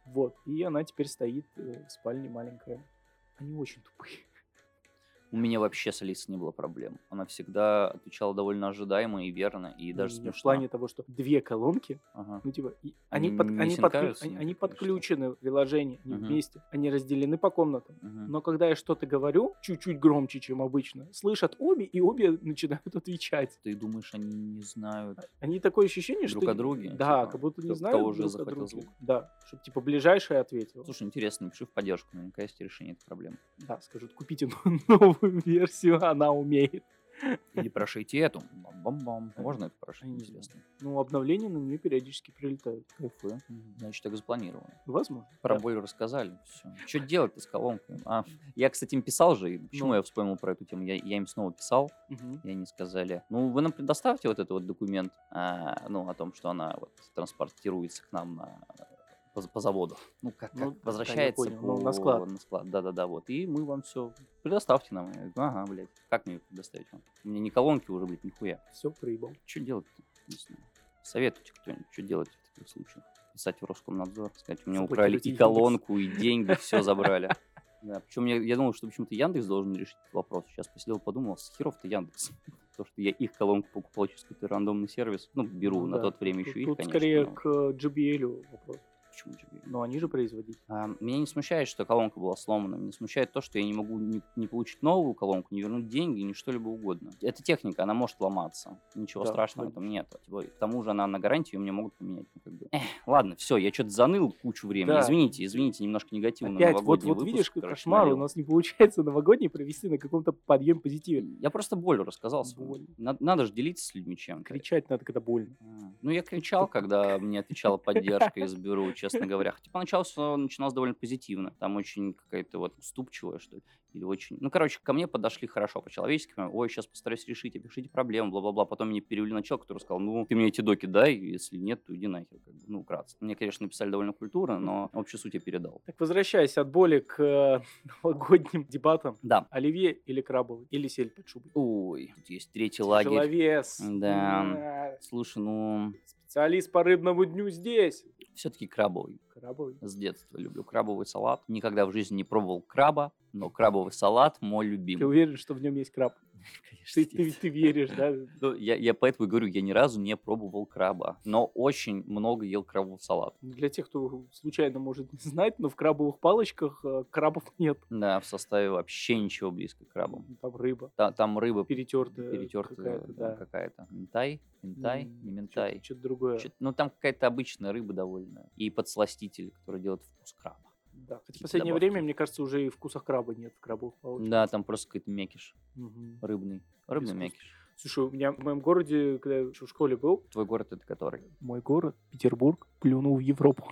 S3: Вот, и она теперь стоит э, в спальне маленькая. Они очень тупые.
S2: У меня вообще с Алисой не было проблем. Она всегда отвечала довольно ожидаемо и верно, и даже
S3: М, ну,
S2: смешно.
S3: В плане того, что две колонки
S2: Ага.
S3: Ну, типа, и они,
S2: Не
S3: под- они, подклю-
S2: синкаются,
S3: они-
S2: ну,
S3: они
S2: конечно.
S3: подключены в приложении, они
S2: Мгм.
S3: вместе, они разделены по комнатам.
S2: Мгм.
S3: Но когда я что-то говорю, чуть-чуть громче, чем обычно, слышат обе, и обе начинают отвечать.
S2: Ты думаешь, они не знают?
S3: Они такое ощущение,
S2: Друг
S3: что...
S2: о друге,
S3: Да,
S2: типа,
S3: как будто не
S2: чтоб
S3: знают
S2: того же
S3: друг о
S2: захватил
S3: друге.
S2: звук.
S3: Да, чтобы, типа, ближайшая ответила.
S2: Слушай, интересно, напиши в поддержку, наверняка есть решение этой проблемы.
S3: Да, скажут, купите но- новую версию, она умеет.
S2: Или прошите эту. Бам-бам-бам. Можно это прошить?
S3: Я не
S2: Интересно.
S3: Ну, обновления на нее периодически прилетают.
S2: Кайфую. Значит, так запланировано.
S3: Возможно.
S2: Про
S3: да.
S2: боль рассказали. Все. Что делать-то с колонкой? А, я, кстати, им писал же. и Почему
S3: Ну.
S2: я вспомнил про эту тему? Я, я им снова писал,
S3: Мгм.
S2: и они сказали, ну, вы нам предоставьте вот этот вот документ, а, ну, о том, что она вот транспортируется к нам на по, по заводу. Ну, как, как
S3: Ну, да, я
S2: возвращается
S3: понял, ну,
S2: по-
S3: на склад.
S2: на склад. Да-да-да, вот. И мы вам все предоставьте нам. Я говорю, ага, блядь, как мне её предоставить вам? У меня ни колонки уже, блядь, нихуя.
S3: Все проебал.
S2: Что делать-то? Не знаю. Советуйте кто-нибудь, что делать в таких случаях. Писать в Роскомнадзор, сказать, у меня украли
S3: Заблокировать
S2: и
S3: Яндекс.
S2: колонку, и деньги, все забрали. Да, причем я, я думал, что почему-то Яндекс должен решить этот вопрос. Сейчас посидел, подумал, с херов-то Яндекс. То, что я их колонку покупал через какой-то рандомный сервис, ну, беру,
S3: Ну
S2: на
S3: да,
S2: тот время
S3: Тут,
S2: еще их,
S3: тут
S2: конечно,
S3: скорее
S2: но
S3: к э, JBL вопрос.
S2: почему же беру?
S3: Но они же производители.
S2: А, Меня не смущает, что колонка была сломана. Меня смущает то, что я не могу не, не получить новую колонку, не вернуть деньги, ни что-либо угодно. Эта техника, она может ломаться. Ничего
S3: Да,
S2: страшного в этом нет. Типа, к тому же она на гарантии, ее мне могут поменять. Ну, как бы. Эх, ладно, все, я что-то заныл кучу времени.
S3: Да.
S2: Извините, извините, немножко негативно.
S3: Опять, вот,
S2: Типа, новогодний
S3: вот
S2: выпуск,
S3: видишь,
S2: короче,
S3: кошмар,
S2: налил.
S3: у нас не получается новогодний провести на каком-то подъем позитиве.
S2: Я просто болью рассказал. своему.
S3: Боль.
S2: На- Надо, же делиться с людьми чем-то.
S3: Кричать надо, когда больно.
S2: А, Ну, я кричал, когда мне отвечала поддержка из бюро, честно говоря. Хотя поначалу все начиналось довольно позитивно. Там очень какая-то вот уступчивая, что ли. Или очень... Ну, короче, ко мне подошли хорошо по-человечески. прям, Ой, сейчас постараюсь решить, опишите проблему, бла-бла-бла. Потом меня перевели на человека, который сказал, ну, ты мне эти доки дай, если нет, то иди нахер. как бы, Ну, вкратце. Мне, конечно, написали довольно культурно, но общую суть я передал.
S3: Так, возвращаясь от боли к э, новогодним дебатам,
S2: Да.
S3: оливье или крабовый, или сель под шубой.
S2: Ой, тут есть третий лагерь.
S3: Тяжеловес.
S2: Да.
S3: М,
S2: Слушай, ну,
S3: Специалист по рыбному дню здесь.
S2: все-таки крабовый.
S3: Крабовый.
S2: С детства люблю крабовый салат. Никогда в жизни не пробовал краба, но крабовый салат мой
S3: Ты
S2: любимый.
S3: уверен, что в нем есть краб?
S2: Конечно,
S3: Ты, ты- ты веришь, да?
S2: Ну, я, я поэтому и говорю, я ни разу не пробовал краба, но очень много ел крабового салата.
S3: Для тех, кто случайно может не знать, но в крабовых палочках э, крабов нет. Ну,
S2: Да, в составе вообще ничего близко к крабам.
S3: Там рыба
S2: Та- там рыба
S3: перетертая.
S2: перетертая
S3: какая-то, да.
S2: да, какая-то. Ментай? Ментай? Не ментай.
S3: Что-то другое.
S2: Чё-то- Ну, там какая-то обычная рыба довольно. И подсластитель, который делает вкус краба.
S3: Да, хотя в
S2: какие-то
S3: последнее
S2: добавки.
S3: время, мне кажется, уже и вкуса краба нет в крабовых палочках.
S2: Да, там просто какой-то мякиш
S3: Мгм.
S2: рыбный. Рыбный
S3: Безвкусный.
S2: мякиш.
S3: Слушай, у меня в моем городе, когда я еще в школе был,
S2: Твой город это который?
S3: мой город, Петербург, плюнул в Европу.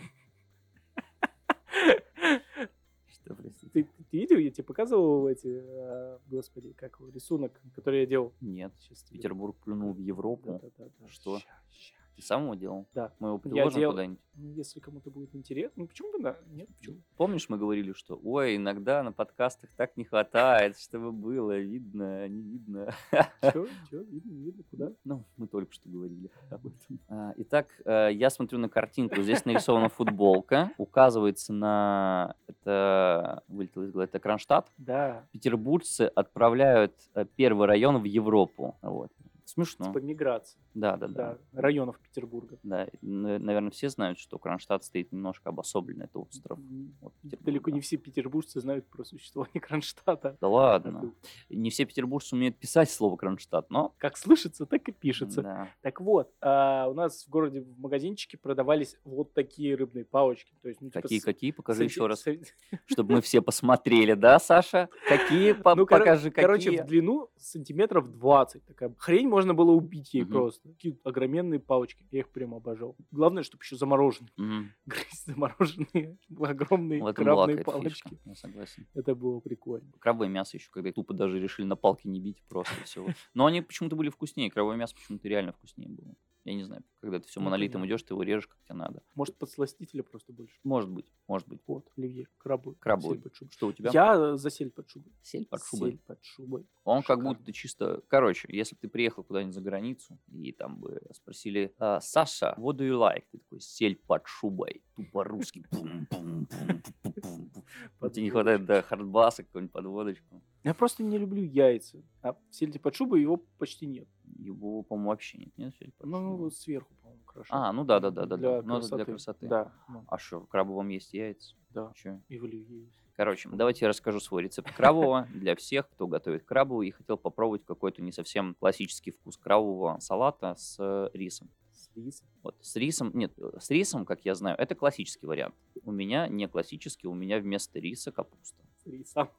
S2: Что, простите?
S3: Ты, ты видел, я тебе показывал эти, э, господи, как его, рисунок, который я делал?
S2: Нет.
S3: Сейчас тебе-
S2: Петербург плюнул в Европу.
S3: Да-да-да-да.
S2: Что?
S3: Ща, ща.
S2: Ты сам его делал?
S3: Да.
S2: Мы его приложим
S3: делал.
S2: куда-нибудь?
S3: Ну, если кому-то будет интересно, ну почему бы да? Нет, почему?
S2: Помнишь, мы говорили, что ой, иногда на подкастах так не хватает, чтобы было видно, а не видно.
S3: Чё, чё, видно, не видно, куда?
S2: Ну, мы только что говорили об этом. А, Итак, э, я смотрю на картинку. Здесь нарисована футболка. Указывается на... Это вылетело из головы. Это Кронштадт.
S3: Да.
S2: Петербуржцы отправляют э, первый район в Европу. Вот. Смешно.
S3: по миграции
S2: Да, да, да.
S3: типа да, районов Петербурга.
S2: Да, наверное, все знают, что Кронштадт стоит немножко обособленно, это остров.
S3: М,
S2: от Петербурга.
S3: Далеко не все петербуржцы знают про существование Кронштадта.
S2: Да ладно. Не все петербуржцы умеют писать слово Кронштадт, но...
S3: Как слышится, так и пишется.
S2: Да.
S3: Так вот, а, у нас в городе в магазинчике продавались вот такие рыбные палочки. То есть, ну, типа,
S2: Какие,
S3: с-
S2: какие? Покажи
S3: сантим-
S2: еще раз,
S3: сан-
S2: чтобы мы все посмотрели, да, Саша? Какие? По-
S3: Ну, коро-
S2: покажи, какие.
S3: Короче, в длину сантиметров 20. Такая хрень можно было убить ей
S2: Мгм.
S3: просто. Такие огроменные палочки. Я их прям обожал. Главное, чтобы еще замороженные.
S2: Мгм.
S3: Грызть замороженные огромные
S2: В этом была
S3: крабные
S2: какая-то
S3: палочки.
S2: фишка, я согласен.
S3: Это было прикольно.
S2: Крабовое мясо еще, когда их тупо даже решили на палке не бить просто всего. Но они почему-то были вкуснее, крабовое мясо почему-то реально вкуснее было. Я не знаю, когда ты все
S3: Ну,
S2: монолитом
S3: понятно.
S2: идешь, ты его режешь как тебе надо.
S3: Может, подсластителя просто больше.
S2: Может быть, может быть.
S3: Вот, Оливье, крабовый.
S2: Крабовый.
S3: Сель под шубой.
S2: Что у тебя?
S3: Я э, за сель под шубой.
S2: Сель под шубой.
S3: Сель под шубой.
S2: Он как
S3: Шикарно.
S2: будто чисто... Короче, если бы ты приехал куда-нибудь за границу, и там бы спросили, «А, Саша, what do you like? Ты такой, сель под шубой. Тупо русский. Пум, пум, пум, пум, пум, пум. Вот Ну, Тебе не хватает, да, хардбаса, какую-нибудь подводочку.
S3: Я просто не люблю яйца. А сельди под шубой его почти нет.
S2: Его, по-моему, вообще нет. Нет, сель под
S3: Ну,
S2: шубой?
S3: вот сверху, по-моему, хорошо.
S2: А, ну да, да, да, да.
S3: Для
S2: да. Ну, это
S3: красоты.
S2: для красоты.
S3: Да, ну,
S2: А что, в крабовом есть яйца?
S3: да.
S2: Чё?
S3: И в оливье есть.
S2: Короче, давайте я расскажу свой рецепт крабового для всех, кто готовит крабовый и хотел попробовать какой-то не совсем классический вкус крабового салата с э, рисом.
S3: С рисом.
S2: Вот с рисом, нет, э, с рисом, как я знаю, это классический вариант. У меня не классический, у меня вместо риса капуста.
S3: С рисом.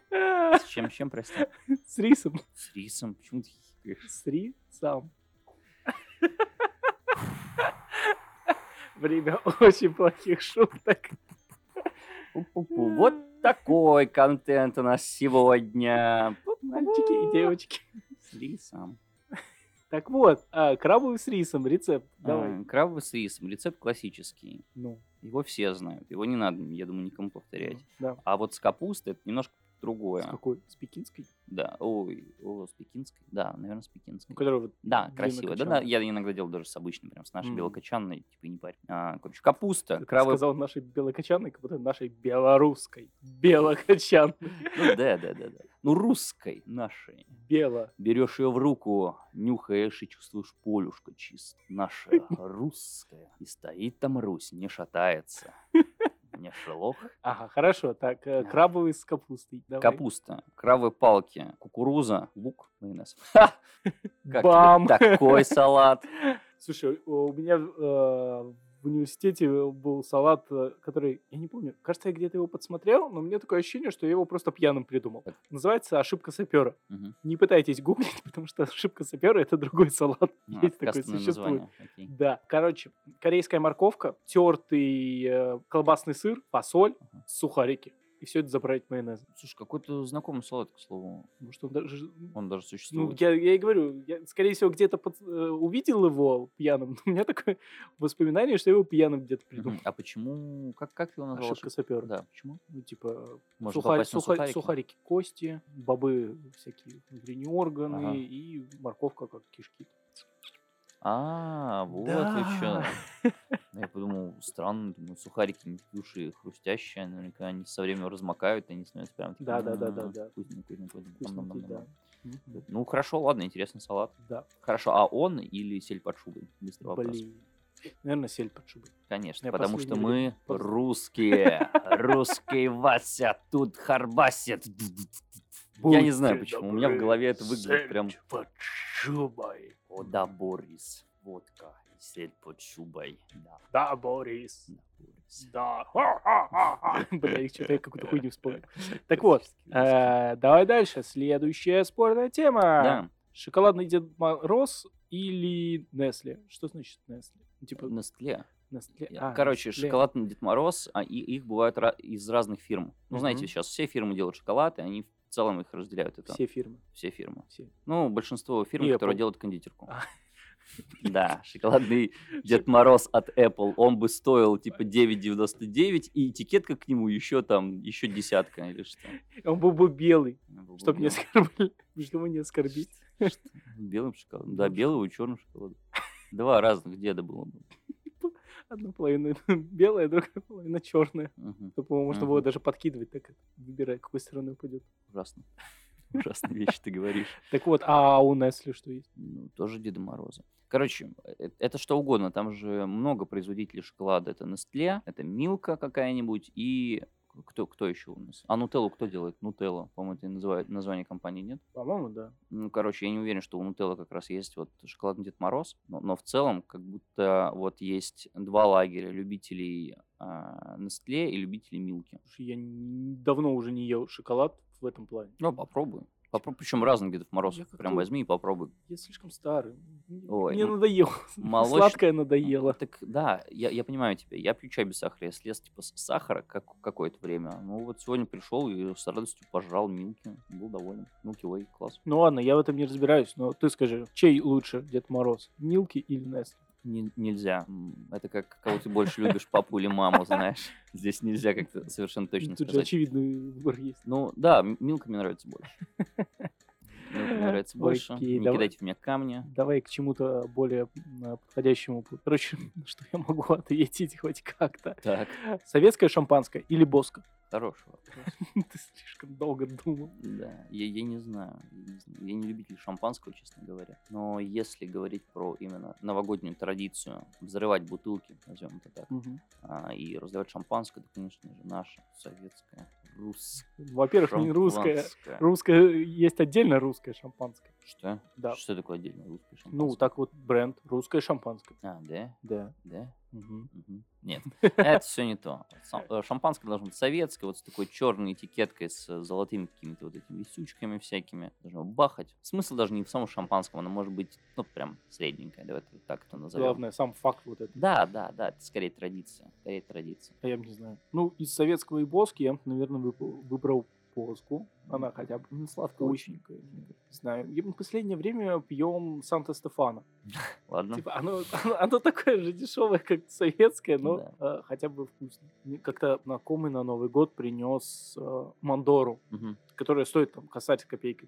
S2: С чем, с чем, прости?
S3: С рисом.
S2: С рисом, почему ты хихикаешь?
S3: С рисом. Время очень плохих шуток.
S2: Пу-пу-пу. Вот такой контент у нас сегодня.
S3: Мальчики и девочки.
S2: С рисом.
S3: Так вот, а, крабовый с рисом рецепт. Давай.
S2: А, Крабовый с рисом, рецепт классический.
S3: Ну,
S2: Его все знают, его не надо, я думаю, никому повторять.
S3: ну, да.
S2: А вот с капустой это немножко
S3: С
S2: другое.
S3: какой? С пекинской?
S2: Да, ой, о, с пекинской. Да, наверное, с пекинской.
S3: Ну, которая вот
S2: Да,
S3: Длинно
S2: красиво. Да, да,
S3: кочанная.
S2: я иногда делал даже с обычной, прям с нашей
S3: Мгм.
S2: белокочанной, типа и не парь. А, короче, капуста,
S3: Ты
S2: крабовый...
S3: сказал нашей белокочанной, как будто нашей белорусской. Белокочанной.
S2: Ну да, да, да, да. Ну русской нашей.
S3: Бело.
S2: Берешь ее в руку, нюхаешь и чувствуешь полюшка чист. Наша русская. И стоит там Русь, не шатается. Не шелох.
S3: Ага, хорошо. Так, э,
S2: Да.
S3: крабовый с капустой. Давай.
S2: Капуста, крабовые палки, кукуруза, лук, майонез. Ха! Как тебе
S3: Бам!
S2: такой салат.
S3: Слушай, у у меня э, в университете был салат, э, который, я не помню, кажется, я где-то его подсмотрел, но у меня такое ощущение, что я его просто пьяным придумал.
S2: Так.
S3: Называется «Ошибка сапера».
S2: Мгм.
S3: Не пытайтесь гуглить, потому что «Ошибка сапера» — это другой салат.
S2: Ну,
S3: Есть такой,
S2: отказанное
S3: существует.
S2: название, окей.
S3: Да, короче, корейская морковка, тертый э, колбасный сыр, фасоль,
S2: Ага.
S3: сухарики. И все это заправить майонезом.
S2: Слушай, какой-то знакомый салат, к слову.
S3: Может, он даже...
S2: Он даже
S3: Ну,
S2: существует.
S3: я, я и говорю, я, скорее всего, где-то под- э, увидел его пьяным, но у меня такое воспоминание, что я его пьяным где-то придумал.
S2: Мгм. А почему? Как, как ты его назвал?
S3: Ошибка сапера.
S2: Да, почему?
S3: Ну, типа,
S2: Можно
S3: сухарь-
S2: попасть на
S3: сухарь-
S2: сухарики?
S3: сухарики кости, бобы всякие внутренние органы
S2: Ага.
S3: и морковка как кишки.
S2: А, вот и
S3: Да.
S2: Я подумал, странно, думаю, сухарики не такие уж и хрустящие, наверняка они со временем размокают, они становятся прям такие,
S3: Да-да-да-да-да.
S2: м, вкусненькие, вкусненькие, вкусненькие,
S3: Вкусненькие,
S2: ам-нам-нам-нам.
S3: да.
S2: Ну, хорошо, ладно, интересный салат.
S3: Да,
S2: Хорошо, а он или сель под шубой? Быстрый вопрос.
S3: блин. Наверное, сель под шубой.
S2: Конечно,
S3: Я
S2: потому что
S3: последнее время
S2: мы
S3: поз-
S2: русские. Русский Вася тут харбасит. Я не знаю
S3: Будьте
S2: почему, у меня в
S3: добры,
S2: голове это выглядит
S3: сель
S2: прям...
S3: под шубой.
S2: О, да, Борис, водка и сель под шубой. Да,
S3: Да, Борис.
S2: да, Борис.
S3: Да. Ха-ха-ха-ха. Бля, что-то я какую-то хуйню вспомнил. Так вот, э, давай дальше. Следующая спорная тема.
S2: Да,
S3: Шоколадный Дед Мороз или Несли? Что значит Несли? Типа
S2: Нестле.
S3: Nestle-
S2: Я-
S3: а,
S2: Короче,
S3: Nestle.
S2: шоколадный Дед Мороз, а и- их бывают ра- из разных фирм. Ну, знаете,
S3: Мгм.
S2: сейчас все фирмы делают шоколад, и они в целом их разделяют. Это
S3: Все фирмы.
S2: все фирмы.
S3: Все.
S2: Ну, большинство фирм,
S3: И
S2: которые
S3: Apple.
S2: делают кондитерку.
S3: А.
S2: Да, шоколадный Дед Мороз от Apple, он бы стоил типа 9,99, и этикетка к нему еще там, еще десятка или что.
S3: Он был бы белый,
S2: Она была
S3: чтобы не
S2: белая.
S3: оскорбили. Чтобы не оскорбить.
S2: Белым шоколадом. Да, белого и черным шоколадом. Два разных деда было бы.
S3: Одна половина белая, другая половина черная.
S2: Мгм.
S3: То, по-моему, можно было
S2: Мгм.
S3: даже подкидывать так это, выбирать, какой стороной пойдет.
S2: Ужасно. Ужасные вещи ты говоришь.
S3: Так вот, а у Nestle что есть?
S2: Ну, тоже Деда Мороза. Короче, э- это что угодно. Там же много производителей шоколада. Это Nestle, это Милка какая-нибудь и кто, кто еще у нас? А Нутеллу кто делает? Нутелла, по-моему, это называют, название компании, нет?
S3: По-моему, да.
S2: Ну, короче, я не уверен, что у Нутелла как раз есть вот шоколадный Дед Мороз, но, но в целом как будто вот есть два лагеря любителей а, Nestle и любителей Милки.
S3: Слушай, Я н- давно уже не ел шоколад в этом плане.
S2: Ну, попробуй. Попробуй, причем разных Дедов Морозов.
S3: как-то
S2: Прям возьми и попробуй.
S3: Я слишком старый. М,
S2: Ой,
S3: Мне
S2: ну,
S3: надоело.
S2: молоч-
S3: Сладкое
S2: Ну,
S3: надоело.
S2: Так да, я, я понимаю тебя. Я пью чай без сахара. Я слез типа с сахара как, какое-то время. Ну вот сегодня пришел и с радостью пожрал Милки. Был доволен. Милки Way, класс.
S3: Ну ладно, я в этом не разбираюсь, но ты скажи, чей лучше, Дед Мороз, Милки или Nestle?
S2: Нель- нельзя. М, Это как кого ты больше любишь, папу или маму, знаешь. Здесь нельзя как-то совершенно точно
S3: Ну, Тут же
S2: сказать.
S3: очевидный выбор есть.
S2: Ну да, М- Милка мне нравится больше. Милка мне нравится больше.
S3: Окей,
S2: Не
S3: давай.
S2: кидайте в меня камни.
S3: Давай к чему-то более м, а, подходящему. Короче, на что я могу ответить хоть как-то.
S2: Так,
S3: Советское шампанское или Боско?
S2: хороший вопрос.
S3: Ты слишком долго думал.
S2: Да, я, я не знаю, я не знаю. Я не любитель шампанского, честно говоря. Но если говорить про именно новогоднюю традицию взрывать бутылки, назовем это так,
S3: Мгм.
S2: а, и раздавать шампанское, это, конечно же, наша советская русская.
S3: Во-первых, не русское.
S2: шампанское.
S3: Русское э, есть отдельно русское шампанское.
S2: Что?
S3: Да.
S2: Что такое отдельно русское шампанское?
S3: Ну, так вот, бренд русское шампанское.
S2: А, да?
S3: Да.
S2: Да?
S3: Мгм.
S2: Мгм. Нет, это все не то. Сам- э, Шампанское должно быть советское, вот с такой черной этикеткой, с э, золотыми какими-то вот этими висючками всякими. Должно бахать. Смысл даже не в самом шампанском, оно может быть, ну, прям средненькое, давай это так это назовем.
S3: Главное, сам факт вот этот.
S2: Да, да, да, это скорее традиция, скорее традиция.
S3: А я бы не знаю. Ну, из советского и боски я, наверное, выбрал боску. Она хотя бы
S2: Ну, сладко очень.
S3: вкусненькая. Не знаю. Я- Мы в последнее время пьем Санта-Стефана.
S2: Ладно.
S3: Типа, оно, оно, оно такое же дешевое, как советское, но э, хотя бы вкусно. Мне Как-то знакомый на Новый год принес э, Мандору,
S2: Мгм.
S3: которая стоит там касать копейки.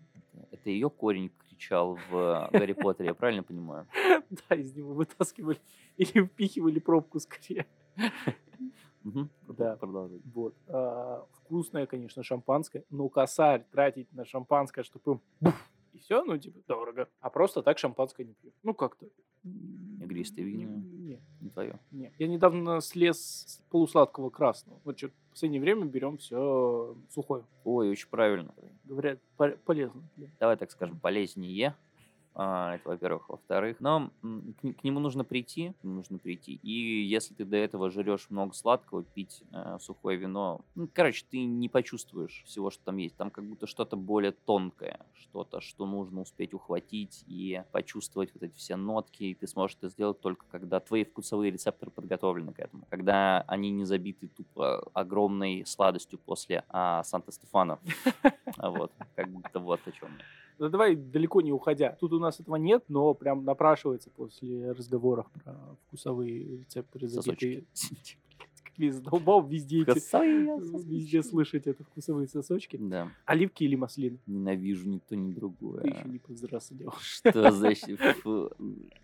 S2: Это ее корень кричал в э, Гарри Поттере, я правильно понимаю?
S3: Да, из него вытаскивали или впихивали пробку скорее.
S2: Мгм.
S3: Да.
S2: Продолжай.
S3: Вот. А, Вкусное, конечно, шампанское, но косарь тратить на шампанское, чтобы и все, ну, типа, дорого. А просто так шампанское не пью. Ну, как-то.
S2: Игристое вино.
S3: Не- не,
S2: Не твое.
S3: не. Я недавно слез с полусладкого красного. Вот что, в последнее время берем все сухое.
S2: Ой, очень правильно.
S3: Говорят, пор- полезно. для-
S2: давай так скажем, полезнее. А, это, во-первых. Во-вторых, но м, к, ним- к нему нужно прийти, к нему нужно прийти. И если ты до этого жрешь много сладкого, пить э, сухое вино, ну, короче, ты не почувствуешь всего, что там есть. Там как будто что-то более тонкое, что-то, что нужно успеть ухватить и почувствовать вот эти все нотки. И ты сможешь это сделать только когда твои вкусовые рецепторы подготовлены к этому, когда они не забиты тупо огромной сладостью после а, Санта-Стефана. А Вот, как будто вот о чем я.
S3: Да давай далеко не уходя. Тут у нас этого нет, но прям напрашивается после разговоров про вкусовые рецепторы забитые.
S2: Сосочки.
S3: Как я задолбал, везде эти-
S2: Косая
S3: Везде
S2: сосочка.
S3: слышать это вкусовые сосочки.
S2: Да,
S3: Оливки или маслины?
S2: ненавижу ни то, ни
S3: Ты еще
S2: другое.
S3: не повзрослел.
S2: Что значит фу,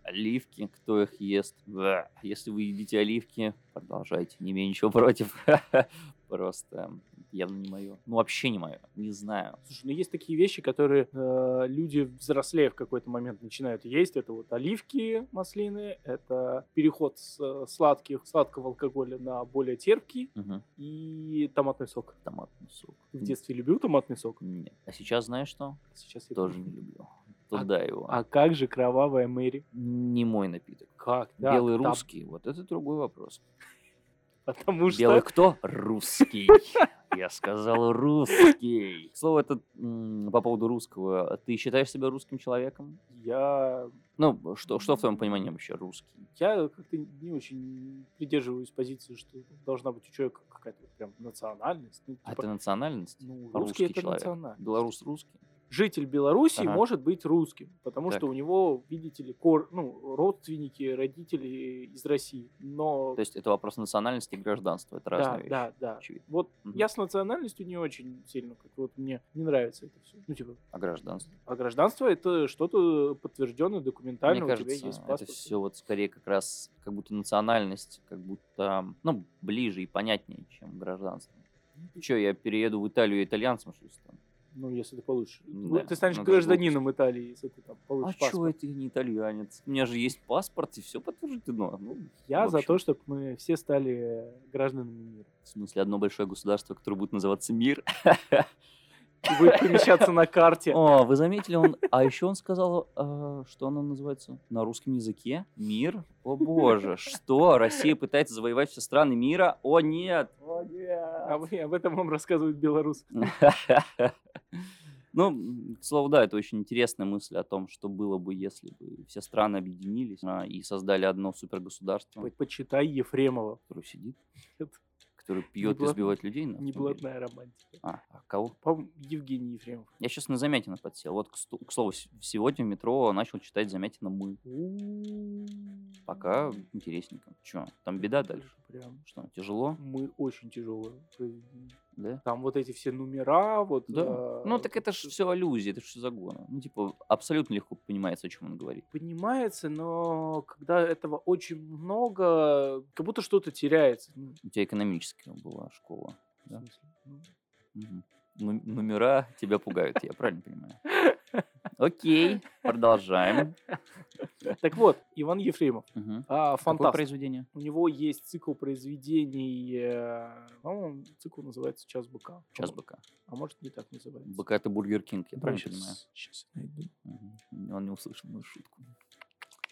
S2: оливки, кто их ест? Бэ. Если вы едите оливки, продолжайте, не имею ничего против. Просто явно не мое. Ну, вообще не мое, не знаю.
S3: Слушай, ну есть такие вещи, которые э, люди, взрослея в какой-то момент, начинают есть. Это вот оливки, маслины, это переход с э, сладких, сладкого алкоголя на более терпкий
S2: Мгм.
S3: и томатный сок.
S2: Томатный сок.
S3: Ты в детстве любил томатный сок?
S2: Нет. А сейчас знаешь что?
S3: Сейчас я
S2: Тоже
S3: тоже.
S2: не люблю. Туда его.
S3: А как же кровавая Мэри?
S2: Не мой напиток.
S3: Как? Да,
S2: Белый
S3: там-
S2: русский, вот это другой вопрос.
S3: Потому что...
S2: Белый кто? Русский. Я сказал русский. К слову, это м, по поводу русского. Ты считаешь себя русским человеком?
S3: Я
S2: Ну, что, что в твоем понимании вообще русский?
S3: Я как-то не очень придерживаюсь позиции, что должна быть у человека какая-то прям национальность. Ну,
S2: А
S3: типа,
S2: это национальность?
S3: ну,
S2: русский
S3: русский это
S2: человек.
S3: национальность.
S2: Белорус русский?
S3: Житель Беларуси
S2: Ага.
S3: может быть русским, потому
S2: Так.
S3: что у него, видите ли, кор... ну, родственники, родители из России. Но
S2: То есть это вопрос национальности и гражданства. Это разные
S3: да,
S2: вещи.
S3: да, да.
S2: Очевидно.
S3: Вот
S2: Мгм.
S3: я с национальностью не очень сильно, как вот мне не нравится это все. Ну, типа,
S2: А гражданство?
S3: а гражданство это что-то подтвержденное документально,
S2: Мне
S3: у тебя
S2: кажется,
S3: есть
S2: это
S3: паспорт.
S2: все вот скорее как раз как будто национальность, как будто, ну, ближе и понятнее, чем гражданство. Че, я перееду в Италию итальянцем, что ли, стану?
S3: Ну, если ты получишь. Ну,
S2: Да,
S3: ты станешь
S2: ну, это
S3: гражданином Италии, если ты там
S2: А
S3: получишь
S2: чего
S3: паспорт.
S2: это я не итальянец? У меня же есть паспорт, и все подтверждено. Ну,
S3: Я
S2: в
S3: за
S2: общем.
S3: то, чтобы мы все стали гражданами мира.
S2: в смысле, одно большое государство, которое будет называться мир.
S3: И будет помещаться на карте.
S2: О, вы заметили, он... А еще он сказал, э, что она называется на русском языке? Мир? О боже, что? Россия пытается завоевать все страны мира? О нет!
S3: О, нет. А мы- об этом вам рассказывают белорусы.
S2: Ну, м, к слову, да, это очень интересная мысль о том, что было бы, если бы все страны объединились а, и создали одно супергосударство,
S3: По- Почитай Ефремова.
S2: которое сидит,
S3: Нет.
S2: которое пьет и
S3: блат-
S2: сбивает людей на автомобиле.
S3: Неблатная романтика.
S2: А, а кого?
S3: По-моему, Евгений Ефремов.
S2: Я сейчас на Замятина подсел. Вот, к, сту- к слову, с- сегодня в метро начал читать Замятина «Мы». Пока интересненько. Че, там беда дальше?
S3: Прям.
S2: Что, тяжело?
S3: Мы очень тяжелые произведение.
S2: Да?
S3: Там вот эти все номера, вот.
S2: Да.
S3: а,
S2: Ну, так это же все аллюзии, это же все загоны. Ну, типа, абсолютно легко понимается, о чем он говорит.
S3: Понимается, но когда этого очень много, как будто что-то теряется. Ну,
S2: У тебя экономическая была школа.
S3: в
S2: Да.
S3: смысле, ну,
S2: Мгм. Ну- Номера тебя пугают, я правильно понимаю? Окей, продолжаем.
S3: Так вот, Иван Ефремов,
S2: Мгм.
S3: а,
S2: Какое
S3: фантаст.
S2: произведение?
S3: У него есть цикл произведений, э, по-моему, цикл называется «Час быка».
S2: Час
S3: А
S2: быка.
S3: мо- А может, не так называется.
S2: Быка это Бургер Кинг, я правильно
S3: сейчас,
S2: понимаю?
S3: Сейчас найду.
S2: Мгм. Он не услышал мою шутку.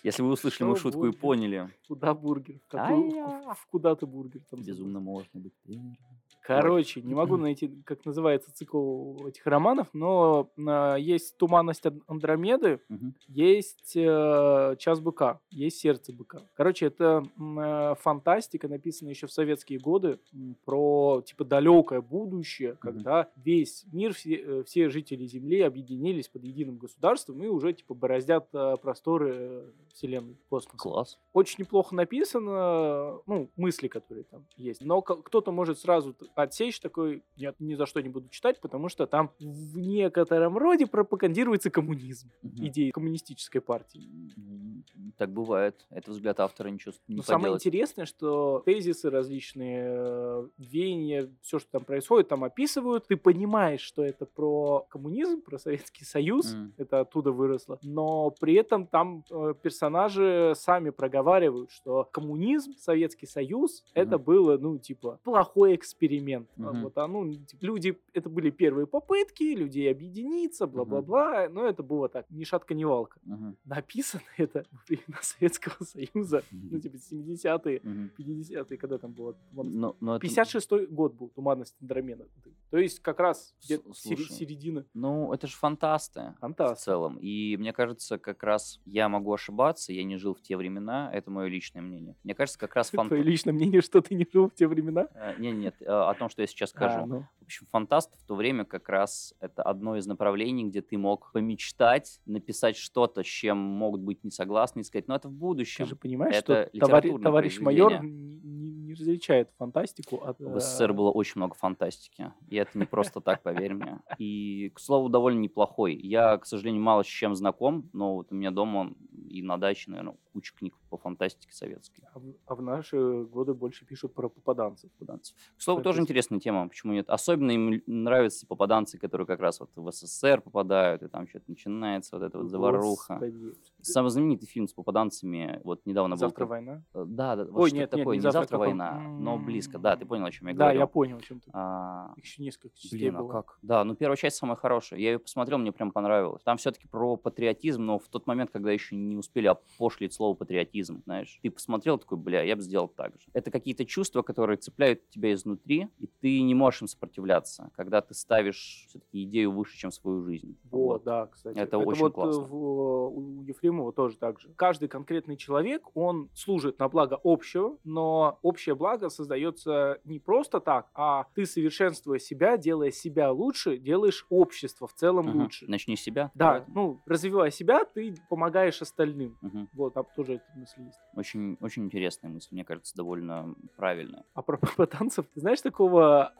S2: Если вы услышали мою
S3: Что
S2: шутку и
S3: будет?
S2: поняли,
S3: Куда бургер? В, какую- в-
S2: Ай-я.
S3: в куда ты бургер там?
S2: безумно можно быть первым.
S3: Короче, не могу найти, как называется цикл этих романов, но а, есть «Туманность Ан- Андромеды»,
S2: Мгм.
S3: есть э, «Час быка», есть «Сердце быка». Короче, это м, э, фантастика, написанная еще в советские годы, м, про, типа, далекое будущее, когда весь мир, все, э, все жители Земли объединились под единым государством и уже, типа, бороздят э, просторы э, Вселенной, космоса.
S2: Класс.
S3: Очень неплохо написано, ну, мысли, которые там есть. Но ко- кто-то может сразу т- отсечь такой, я ни за что не буду читать, потому что там в некотором роде пропагандируется коммунизм,
S2: Мгм.
S3: идеи коммунистической партии.
S2: М, Так бывает. Это взгляд автора, ничего с- не
S3: Но самое
S2: поделать.
S3: интересное, что тезисы различные, э, веяния, все, что там происходит, там описывают. Ты понимаешь, что это про коммунизм, про Советский Союз,
S2: Мгм.
S3: это оттуда выросло. Но при этом там э, персонажи сами проговаривают, что коммунизм, Советский Союз, это
S2: Мгм.
S3: было, ну, типа, плохой эксперимент. А
S2: Мгм.
S3: Вот, а, ну, типа, люди, это были первые попытки людей объединиться, бла-бла-бла, но это было так, ни шатка, ни валка.
S2: Мгм.
S3: Написано это во времена Советского Союза, ну, типа, 70-е,
S2: Мгм.
S3: 50-е, когда там было... туманность.
S2: Но- но это-
S3: 56-й год был «Туманность Андромеды». То есть как раз
S2: С-
S3: где-то сери-
S2: слушай.
S3: середина.
S2: Ну, это же фантасты. в
S3: Фантаст.
S2: целом. И мне кажется, как раз я могу ошибаться, я не жил в те времена, это мое личное мнение. Мне кажется, как раз
S3: Твое
S2: фантасты...
S3: личное мнение, что ты не жил в те времена?
S2: Нет, нет, э, о том, что я сейчас скажу.
S3: А, ну.
S2: В общем, фантаст в то время как раз это одно из направлений, где ты мог помечтать, написать что-то, с чем могут быть не согласны, и сказать, ну это в
S3: Ты
S2: будущем.
S3: же понимаешь,
S2: Это
S3: что товари-
S2: литературное
S3: товарищ майор
S2: произведение.
S3: н- не, не различает фантастику от...
S2: В СССР
S3: э,
S2: было очень много фантастики, и это не просто так, поверь мне. И, к слову, довольно неплохой. Я, к сожалению, мало с чем знаком, но вот у меня дома и на даче, наверное, куча книг по фантастике советской.
S3: А в, а в наши годы больше пишут про попаданцев.
S2: попаданцев. К слову, тоже
S3: Фантастика.
S2: интересная тема, почему нет. Особенно им л- нравятся попаданцы, которые как раз вот в СССР попадают, и там что-то начинается, вот это вот заваруха.
S3: Господи.
S2: Самый знаменитый фильм с попаданцами, вот недавно
S3: Завтра
S2: был...
S3: война.
S2: Э, Да, да, вот
S3: Ой,
S2: что
S3: нет, нет,
S2: такое, не
S3: не «Завтра»,
S2: завтра
S3: как он?
S2: война, но близко, да, ты понял, о чем я
S3: да,
S2: говорю.
S3: я понял, о чем ты.
S2: А,
S3: Их еще несколько частей
S2: Блин, а
S3: было.
S2: как? Да, ну первая часть самая хорошая. Я ее посмотрел, мне прям понравилось. Там все-таки про патриотизм, но в тот момент, когда еще не успели опошлить слово патриотизм, знаешь, ты посмотрел такой, бля, я бы сделал так же. Это какие-то чувства, которые цепляют тебя изнутри, и ты не можешь им сопротивляться, когда ты ставишь все-таки идею выше, чем свою жизнь.
S3: Вот, да, кстати.
S2: Это очень
S3: вот э,
S2: классно.
S3: в- у Ефремова тоже так же. Каждый конкретный человек, он служит на благо общего, но общее благо создается не просто так, а ты, совершенствуя себя, делая себя лучше, делаешь общество в целом
S2: Мгм.
S3: лучше.
S2: Начни с себя.
S3: Да, ну, развивая себя, ты помогаешь остальным.
S2: Мгм.
S3: Вот, там тоже эта мысль есть.
S2: Очень, очень интересная мысль, мне кажется, довольно правильная.
S3: А про попаданцев, ты знаешь такого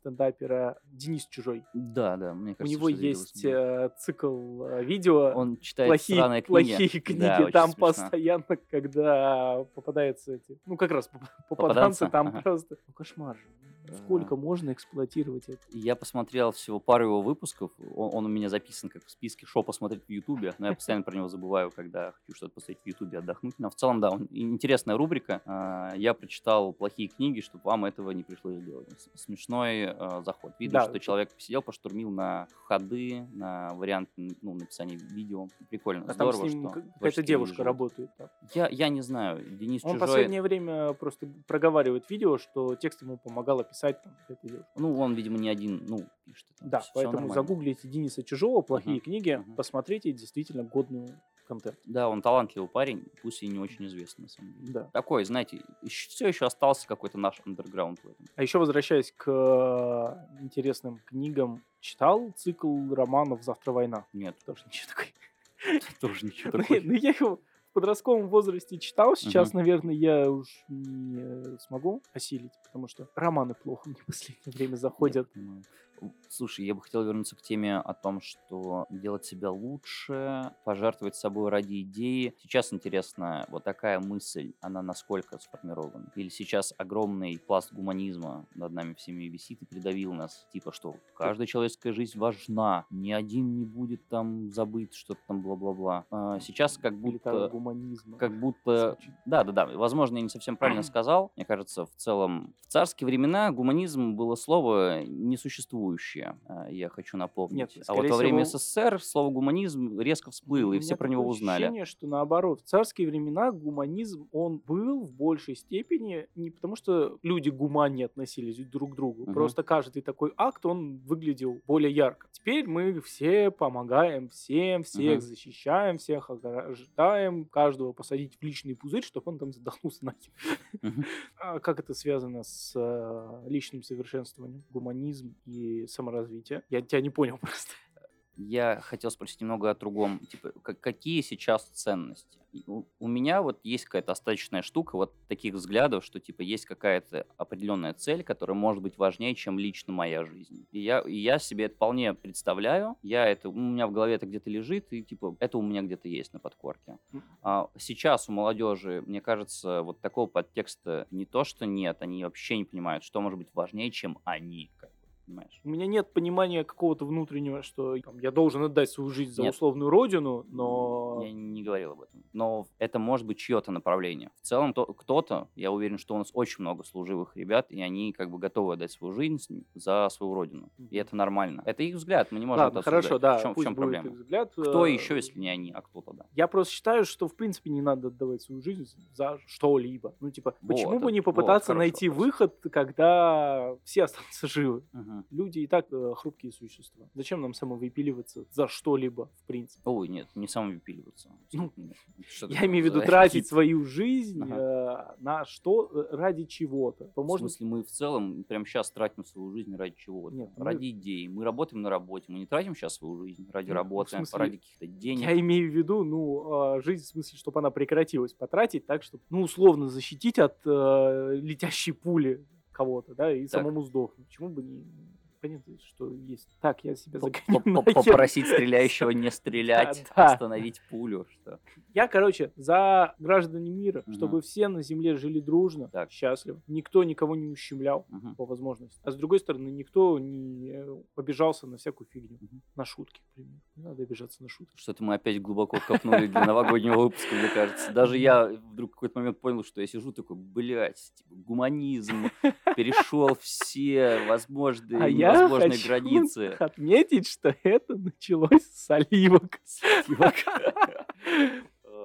S3: комика-стендапера Денис Чужой?
S2: Да, да, мне кажется,
S3: У
S2: что
S3: него
S2: я видел
S3: есть
S2: с ним.
S3: э, цикл э, видео.
S2: Он читает
S3: плохие,
S2: странные
S3: плохие
S2: книги.
S3: книги.
S2: Да, очень
S3: там
S2: смешно.
S3: постоянно, когда попадаются эти... Ну, как раз поп- попаданцы,
S2: Попаданцы?
S3: там
S2: Ага.
S3: просто... Ну, кошмар же. Сколько можно эксплуатировать это?
S2: Я посмотрел всего пару его выпусков. Он, он у меня записан как в списке «Шо посмотреть в Ютубе», но я постоянно про него забываю, когда хочу что-то посмотреть в Ютубе, отдохнуть. Но в целом, да, он, интересная рубрика. А, Я прочитал плохие книги, чтобы вам этого не пришлось делать. С- Смешной а, заход. Видно,
S3: Да.
S2: что человек посидел, поштурмил на ходы, на вариант ну, написания видео. Прикольно,
S3: А там с
S2: здорово,
S3: ним
S2: что...
S3: как-
S2: творческие
S3: какая-то
S2: люди
S3: девушка
S2: живут.
S3: работает. да.
S2: Я, я не знаю, Денис
S3: Он в
S2: Чужой...
S3: последнее время просто проговаривает видео, что текст ему помогала писать там эта девушка.
S2: Ну, он, видимо, не один, ну, пишет. это
S3: Да,
S2: всё- всё
S3: поэтому
S2: нормально.
S3: загуглите Дениса Чужого, плохие
S2: Мгм.
S3: книги,
S2: Мгм.
S3: посмотрите действительно годную контент.
S2: Да, он талантливый парень, пусть и не очень известный, на самом деле.
S3: Да.
S2: Такой, знаете, все еще остался какой-то наш андерграунд в этом.
S3: А еще возвращаясь к э, интересным книгам, читал цикл романов «Завтра война».
S2: Нет,
S3: Тоже ничего такой.
S2: тоже ничего
S3: Ну,
S2: такого.
S3: ну, я его в подростковом возрасте читал, сейчас,
S2: Мгм.
S3: наверное, я уж не э, смогу осилить, потому что романы плохо мне в последнее время заходят.
S2: Я понимаю. Слушай, я бы хотел вернуться к теме о том, что делать себя лучше, пожертвовать собой ради идеи. Сейчас интересно, вот такая мысль, она насколько сформирована? Или сейчас огромный пласт гуманизма над нами всеми висит и придавил нас? Типа, что каждая человеческая жизнь важна, ни один не будет там забыт, что-то там бла-бла-бла. А Сейчас как
S3: Летаю
S2: будто...
S3: гуманизма.
S2: Как будто
S3: Звучит.
S2: да, да, да. Возможно, я не совсем правильно сказал. Мне кажется, в целом, в царские времена гуманизм было слово несуществующее, а, я хочу напомнить.
S3: Нет,
S2: а вот
S3: скорее
S2: во время
S3: всего-
S2: СССР слово гуманизм резко всплыло, и
S3: У
S2: все
S3: меня
S2: про него
S3: такое
S2: узнали.
S3: ощущение, что наоборот, в царские времена гуманизм, он был в большей степени не потому, что люди гуманнее относились друг к другу,
S2: Мгм.
S3: просто каждый такой акт, он выглядел более ярко. Теперь мы все помогаем всем, всех
S2: Мгм.
S3: защищаем, всех ограждаем, каждого посадить в личный пузырь, чтобы он там задохнулся нахер.
S2: Мгм.
S3: А как это связано с э, личным совершенствованием, гуманизм и саморазвитие? Я тебя не понял просто.
S2: Я хотел спросить немного о другом. Типа, к- какие сейчас ценности? И У, у меня вот есть какая-то остаточная штука вот таких взглядов, что типа есть какая-то определенная цель, которая может быть важнее, чем лично моя жизнь. И я, и я себе это вполне представляю. Я это, у меня в голове это где-то лежит, и типа это у меня где-то есть на подкорке.
S3: Мгм.
S2: А сейчас у молодежи, мне кажется, вот такого подтекста не то, что нет, они вообще не понимают, что может быть важнее, чем они. как бы, Понимаешь?
S3: У меня нет понимания какого-то внутреннего, что там, я должен отдать свою жизнь за
S2: Нет.
S3: условную родину, но
S2: Я не говорил об этом. Но это может быть чье-то направление. В целом, то- кто-то, я уверен, что у нас очень много служивых ребят, и они как бы готовы отдать свою жизнь с- за свою родину. И это нормально. Это их взгляд, мы не можем
S3: ладно,
S2: это осуждать.
S3: хорошо, да,
S2: В чем,
S3: пусть будет
S2: проблема?
S3: их взгляд.
S2: Кто
S3: э,
S2: еще, если не они, а кто-то, да.
S3: Я просто считаю, что в принципе не надо отдавать свою жизнь за что-либо. Ну типа,
S2: Вот,
S3: почему
S2: это-
S3: бы не
S2: вот,
S3: попытаться
S2: хороший
S3: найти
S2: вопрос.
S3: выход, когда все останутся живы?
S2: Мгм.
S3: Люди и так э, хрупкие существа. Зачем нам самовыпиливаться за что-либо, в принципе?
S2: Ой, нет, не самовыпиливаться.
S3: Ну,
S2: Абсолютно нет. Что
S3: Я
S2: такое
S3: имею в виду
S2: за
S3: тратить
S2: хит?
S3: свою жизнь э, на что, э, ради чего-то.
S2: В
S3: Можно
S2: смысле, мы в целом прямо сейчас тратим свою жизнь ради чего-то,
S3: Нет, мы-
S2: ради идеи. Мы работаем на работе, мы не тратим сейчас свою жизнь ради
S3: Ну, в
S2: работы,
S3: смысле,
S2: ради каких-то денег.
S3: Я имею в виду, ну, э, жизнь, в смысле, чтобы она прекратилась, потратить так, чтобы, ну, условно, защитить от э, летящей пули кого-то, да, и
S2: Так.
S3: самому сдохнуть. Почему бы не... Понятно, что есть. Так, я себя
S2: П-
S3: загоняю.
S2: п- п-
S3: нахер.
S2: Попросить стреляющего не стрелять,
S3: да.
S2: остановить пулю. Что?
S3: Я, короче, за граждане мира,
S2: Мгм.
S3: чтобы все на земле жили дружно,
S2: Так.
S3: счастливо, никто никого не ущемлял
S2: Мгм.
S3: по возможности. А с другой стороны, никто не э, обижался на всякую фигню,
S2: Мгм.
S3: на шутки, например. Не надо обижаться на шутки.
S2: Что-то мы опять глубоко копнули для новогоднего выпуска, мне кажется. Даже я вдруг в какой-то момент понял, что я сижу такой, блядь, типа, гуманизм перешел все возможные
S3: А
S2: и
S3: я
S2: невозможные
S3: хочу
S2: границы.
S3: Отметить, что это началось с оливок.
S2: Сливок.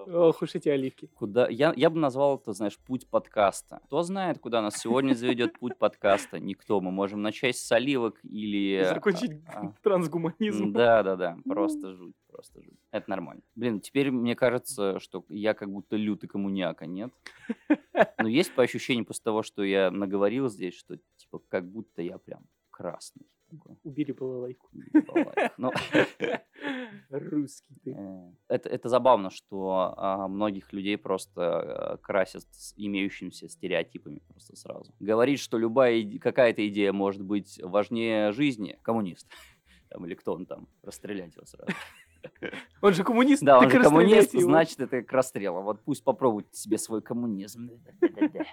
S3: Ох уж эти оливки.
S2: э, Куда? Я, я бы назвал это, знаешь, путь подкаста. Кто знает, куда нас сегодня заведет путь подкаста? Никто. Мы можем начать с оливок или...
S3: И закончить
S2: а,
S3: трансгуманизм.
S2: Да, да, да. Просто жуть, Ну, просто жуть. Это нормально. Блин, теперь мне кажется, что я как будто лютый коммуняка, нет? Но есть по ощущению после того, что я наговорил здесь, что типа как будто я прям красный. такой,
S3: Убери балалайку.
S2: балалайка. Ну,
S3: Русский ты.
S2: э, это, это забавно, что а, многих людей просто э, красят с имеющимися стереотипами просто сразу. Говорит, что любая иде- какая-то идея может быть важнее жизни, коммунист. Там, или кто он там, расстрелять его сразу.
S3: Он же коммунист.
S2: Да, он
S3: так
S2: же
S3: и расстреляйте
S2: коммунист,
S3: его.
S2: значит, это к расстрелу. Вот пусть попробует себе свой коммунизм. Да-да-да-да.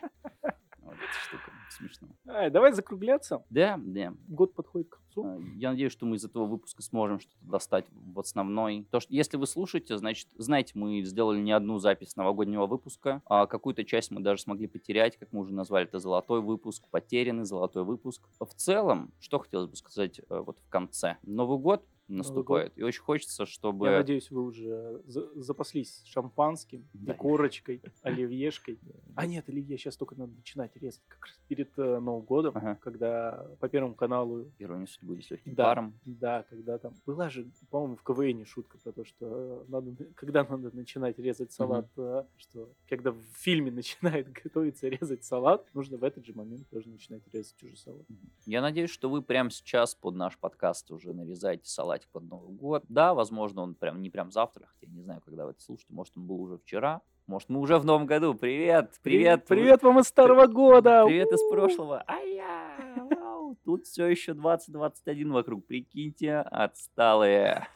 S2: Вот эта штука смешно.
S3: Ай, давай закругляться.
S2: Да, да.
S3: Год подходит к концу.
S2: Э, Я надеюсь, что мы из этого выпуска сможем что-то достать в основной. То, что если вы слушаете, значит, знаете, мы сделали не одну запись новогоднего выпуска, а какую-то часть мы даже смогли потерять, как мы уже назвали, это золотой выпуск, потерянный золотой выпуск. В целом, что хотелось бы сказать э, вот в конце. Новый год наступает, и очень хочется, чтобы...
S3: Я надеюсь, вы уже за- запаслись шампанским,
S2: Да.
S3: корочкой, оливьешкой. А нет, оливье сейчас только надо начинать резать. Как раз перед э, Новым годом,
S2: Ага.
S3: когда по Первому каналу
S2: Ирония судьбы или с легким
S3: Да.
S2: паром.
S3: Да, когда там была же, по-моему, в КВН шутка про то, что э, надо, когда надо начинать резать салат, э, что когда в фильме начинает готовиться резать салат, нужно в этот же момент тоже начинать резать уже салат.
S2: Я надеюсь, что вы прямо сейчас под наш подкаст уже нарезаете салатик под Новый год. Да, возможно, он прям не прям завтра, хотя я не знаю, когда вы это слушаете. Может, он был уже вчера. Может, мы уже в новом году. Привет, привет. вы-
S3: Привет вам из старого года!
S2: Привет из
S3: У-у-у!
S2: прошлого. Ай-я, вау, тут все еще 2021 вокруг. Прикиньте, отсталые.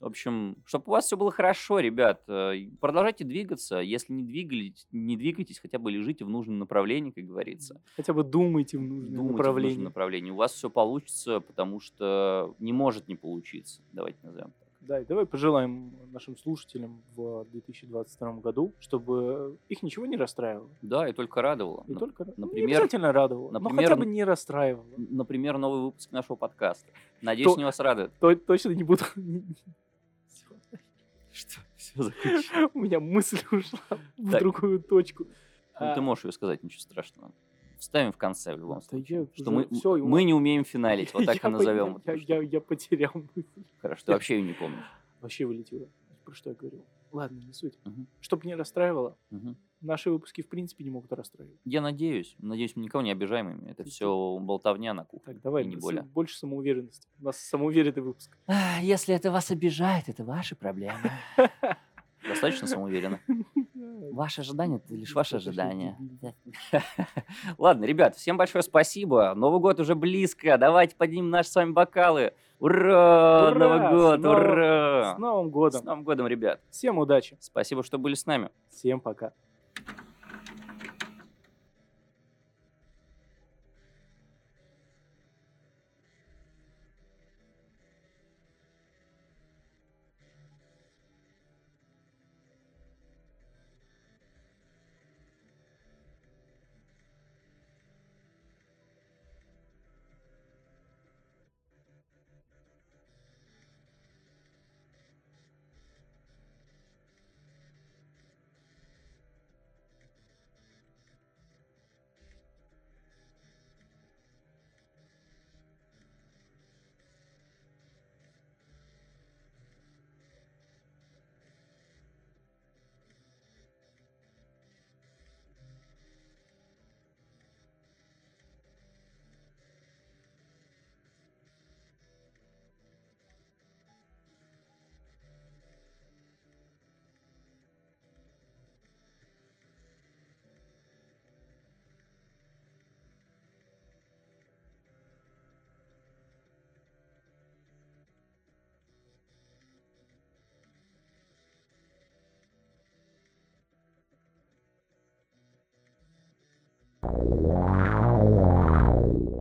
S2: В общем, чтобы у вас все было хорошо, ребят, э, продолжайте двигаться. Если не двигались, не двигайтесь, хотя бы лежите в нужном направлении, как говорится.
S3: Хотя бы думайте в нужном
S2: Думайте в нужном
S3: направлении.
S2: направлении. У вас все получится, потому что не может не получиться. Давайте назовем так.
S3: Да, и давай пожелаем нашим слушателям в 2022 году, чтобы их ничего не расстраивало.
S2: Да, и только радовало.
S3: И
S2: Ну,
S3: только ну, не
S2: например-
S3: обязательно радовало, но
S2: например,
S3: хотя бы не расстраивало.
S2: Например, новый выпуск нашего подкаста. Надеюсь,
S3: То-
S2: они вас радует.
S3: То- точно не буду. Всё.
S2: Что? Все закончилось.
S3: У меня мысль ушла в
S2: Так.
S3: другую точку.
S2: Ну, ты
S3: А,
S2: можешь ее сказать, ничего страшного. Вставим в конце в любом
S3: Да
S2: случае.
S3: я
S2: что
S3: уже
S2: мы,
S3: всё, и
S2: мы не умеем финалить, вот так и
S3: я
S2: назовем.
S3: пон-
S2: эту
S3: Я,
S2: штуку.
S3: я- я потерял мысль.
S2: Хорошо, ты вообще ее не помнишь.
S3: Вообще вылетело. Про что я говорил? Ладно, не суть.
S2: Мгм.
S3: Чтоб не расстраивало,
S2: Мгм.
S3: наши выпуски в принципе не могут расстраивать.
S2: Я надеюсь, надеюсь, мы никого не обижаем ими. Это
S3: Ты
S2: все болтовня на кухне.
S3: Так, давай
S2: и не
S3: с-
S2: более.
S3: больше самоуверенности. У нас самоуверенный выпуск.
S2: А, Если это вас обижает, это ваши проблемы. Достаточно самоуверенно. Ваши ожидания это лишь ваши
S3: Что-то
S2: ожидания.
S3: дебильное.
S2: Ладно, ребят, всем большое спасибо. Новый год уже близко. Давайте поднимем наши с вами бокалы. Ура!
S3: Ура!
S2: Новый год!
S3: Снова-
S2: Ура!
S3: С Новым
S2: С
S3: годом!
S2: Новым годом, ребят!
S3: Всем удачи!
S2: Спасибо, что были с нами.
S3: Всем пока!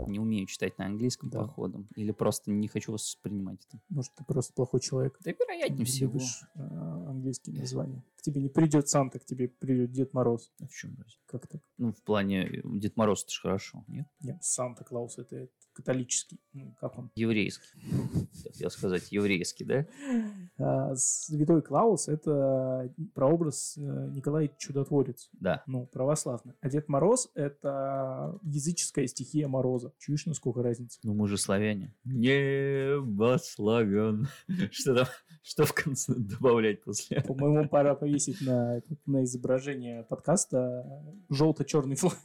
S2: Не умею читать на английском,
S1: Да.
S2: походу. Или просто не хочу воспринимать это.
S1: Может, ты просто плохой человек.
S2: Да вероятнее всего.
S1: любишь э, английские названия. К тебе не придет Санта, к тебе придет Дед Мороз.
S2: А в чем разница?
S1: Как так?
S2: Ну, в плане э, Дед Мороз, это же хорошо, нет?
S1: Нет, Санта-Клаус это католический. Ну, как он?
S2: Еврейский. Хотел сказать, еврейский, да?
S1: А, Святой Клаус это прообраз э, Николай Чудотворец.
S2: Да.
S1: Ну, православный. А Дед Мороз это языческая стихия Мороза. Чуешь, насколько разница?
S2: Ну, мы же славяне. Небо славян. Что там, что в конце добавлять после?
S1: По-моему, пора повесить на, на изображение подкаста желто-черный флаг.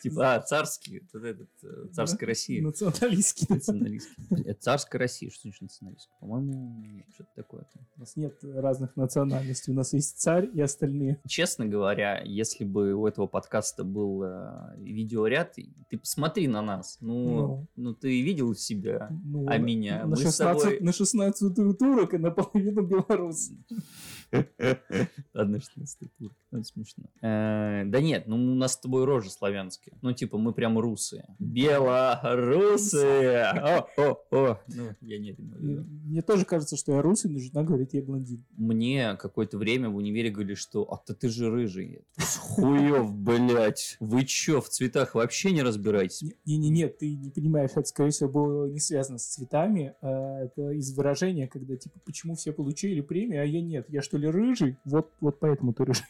S2: Типа, а, царский, вот этот, э, царская
S3: Ну,
S2: Россия.
S1: Националистский.
S2: Националистский. Блин, Царская Россия, что значит националист? По-моему, нет, что-то такое. там.
S1: У нас нет разных национальностей. У нас есть царь и остальные.
S2: Честно говоря, если бы у этого подкаста был э, видеоряд, и- ты посмотри на нас. Ну, ну, ты видел себя.
S1: Ну,
S2: А
S1: на-
S2: меня? Мы
S1: На
S2: с
S1: 16,
S2: тобой-
S1: на 16 турок и наполовину белорус.
S2: Одна шестнадцатая турка. Ну, Это смешно. Э, Да нет, ну у нас с тобой рожи славянские. Ну типа мы прям русы. Белорусы! О, о, о. Ну, я не ревную.
S3: Мне тоже кажется, что я русский, но жена говорит, я блондин.
S2: Мне какое-то время в универе говорили, что «А то ты же рыжий». Хуев, блядь. Вы чё, в цветах вообще не разбираетесь?
S3: Не-не-не, ты не понимаешь, это, скорее всего, было не связано с цветами. а это из выражения, когда, типа, почему все получили премию, а я нет. Я что ли рыжий? Вот, вот поэтому ты рыжий.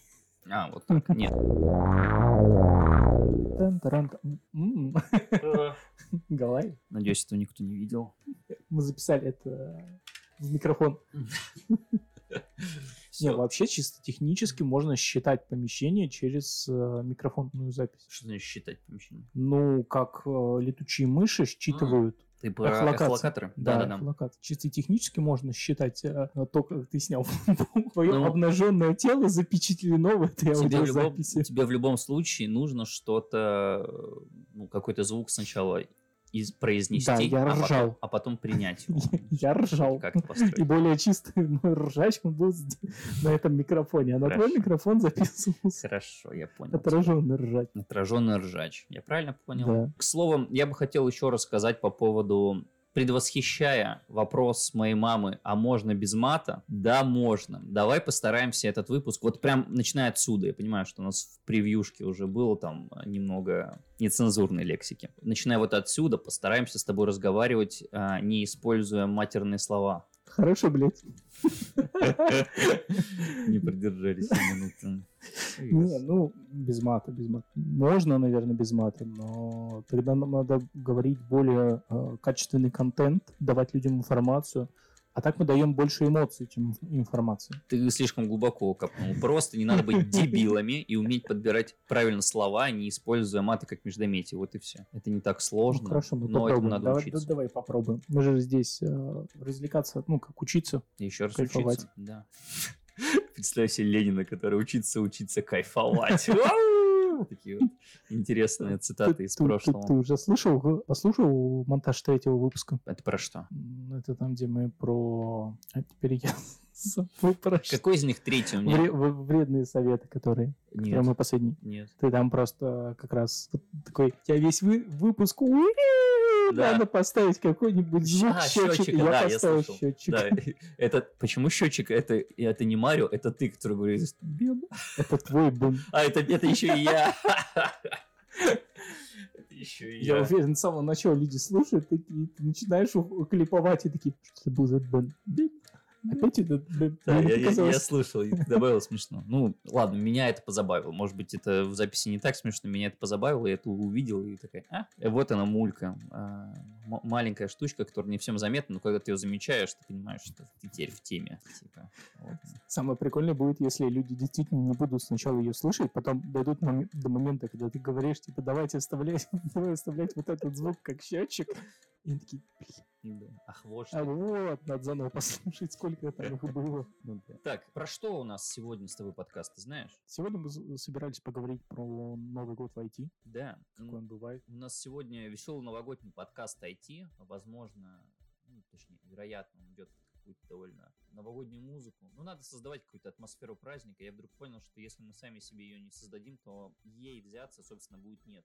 S2: А, вот так, нет.
S3: Тан-таран-та. М-м. Галай.
S2: Надеюсь, этого никто не видел.
S3: Мы записали это в микрофон. Не,
S2: Всё.
S3: Ну, вообще чисто технически можно считать помещение через э, микрофонную запись.
S2: Что значит считать помещение?
S3: Ну, как э, летучие мыши считывают.
S2: Ты про
S3: Эхолокация.
S2: эхолокаторы? Да-да-да.
S3: эхолокация. Чисто технически можно считать э, то, как ты снял твое
S2: Ну.
S3: обнаженное тело запечатлено в этой
S2: Тебе в, любом,
S3: аудиозаписи.
S2: тебе в любом случае нужно что-то, э, ну, какой-то звук сначала из, произнести,
S3: Да, я
S2: а, потом-
S3: ржал.
S2: а потом принять его.
S3: Я ржал.
S2: Как это
S3: И
S2: построить?
S3: более чистый мой ржач он был здесь, на этом микрофоне. А на твой
S2: Хорошо.
S3: микрофон записывался
S2: Хорошо, я понял.
S3: отраженный ржач.
S2: Отраженный ржач. Я правильно понял?
S3: Да.
S2: К слову, я бы хотел еще рассказать по поводу предвосхищая вопрос моей мамы, а можно без мата? Да, можно. Давай постараемся этот выпуск, вот прям начиная отсюда, я понимаю, что у нас в превьюшке уже было там э, немного нецензурной лексики. Начиная вот отсюда, постараемся с тобой разговаривать, э, не используя матерные слова.
S3: Хорошо, блядь.
S2: Не продержались ни минуты.
S3: Не, ну, без мата, без мата. Можно, наверное, без мата, но тогда нам надо говорить более э, качественный контент, давать людям информацию. А так мы даем больше эмоций, чем информации.
S2: Ты слишком глубоко копнул. Просто не надо быть дебилами и уметь подбирать правильно слова, не используя маты как междометие. Вот и все. Это не так
S3: Ну,
S2: сложно,
S3: хорошо, мы
S2: но этому
S3: попробуем.
S2: надо
S3: давай,
S2: учиться.
S3: да- давай попробуем. Мы же здесь э, развлекаться, ну, как учиться.
S2: Еще раз
S3: Кайфовать.
S2: учиться. Да. Представь себе Ленина, который учится, учиться, кайфовать. Вау! Такие вот интересные цитаты из
S3: Ты- ты- Ты, ты
S2: прошлого.
S3: уже слышал, г- послушал монтаж третьего выпуска?
S2: Это про что?
S3: М, Это там, где мы про... А теперь я забыл про что.
S2: Какой из них третий у меня?
S3: Вре- в- Вредные советы, которые... которые
S2: Нет.
S3: мы последние
S2: Нет.
S3: Ты там просто как раз вот такой, у тебя весь вы- выпуск, «Уи-и-и»,
S2: Да.
S3: надо поставить какой-нибудь звук
S2: А,
S3: счетчика.
S2: счётчика,
S3: Я
S2: да, я
S3: поставил
S2: слышал.
S3: счетчик.
S2: Да, это почему счетчик? Это, это не Марио, это ты, который говорит,
S3: Бим. Это твой бум.
S2: А, это, это еще и я. Это еще и
S3: Я
S2: я.
S3: уверен, с самого начала люди слушают, такие, ты начинаешь у- клиповать и такие, что это был за бим? Бим. Опять этот бим.
S2: Да,
S3: Мне
S2: я, я- я
S3: показалось,
S2: слышал, и ты добавил смешно. Ну, ладно, меня это позабавило. Может быть, это в записи не так смешно, меня это позабавило, я это увидел и такая, а? Э, Вот она, мулька. А, м- маленькая штучка, которая не всем заметна, но когда ты ее замечаешь, ты понимаешь, что ты теперь в теме. Типа, вот.
S3: Самое прикольное будет, если люди действительно не будут сначала ее слышать, потом дойдут мом- до момента, когда ты говоришь, типа, давайте вставлять, давай вставлять вот этот звук как счетчик. И они такие, «Блин,
S2: Да. Ах, вот
S3: А
S2: что.
S3: вот, надо заново послушать, сколько там их было.
S2: Ну да. Так, про что у нас сегодня с тобой подкаст, ты знаешь?
S3: Сегодня мы з- собирались поговорить про Новый год в IT,
S2: Да.
S3: какой он бывает.
S2: У нас сегодня веселый новогодний подкаст IT. Возможно, ну, точнее, вероятно, он идет под какую-то довольно новогоднюю музыку. Но надо создавать какую-то атмосферу праздника. Я вдруг понял, что если мы сами себе ее не создадим, то ей взяться, собственно, будет нет.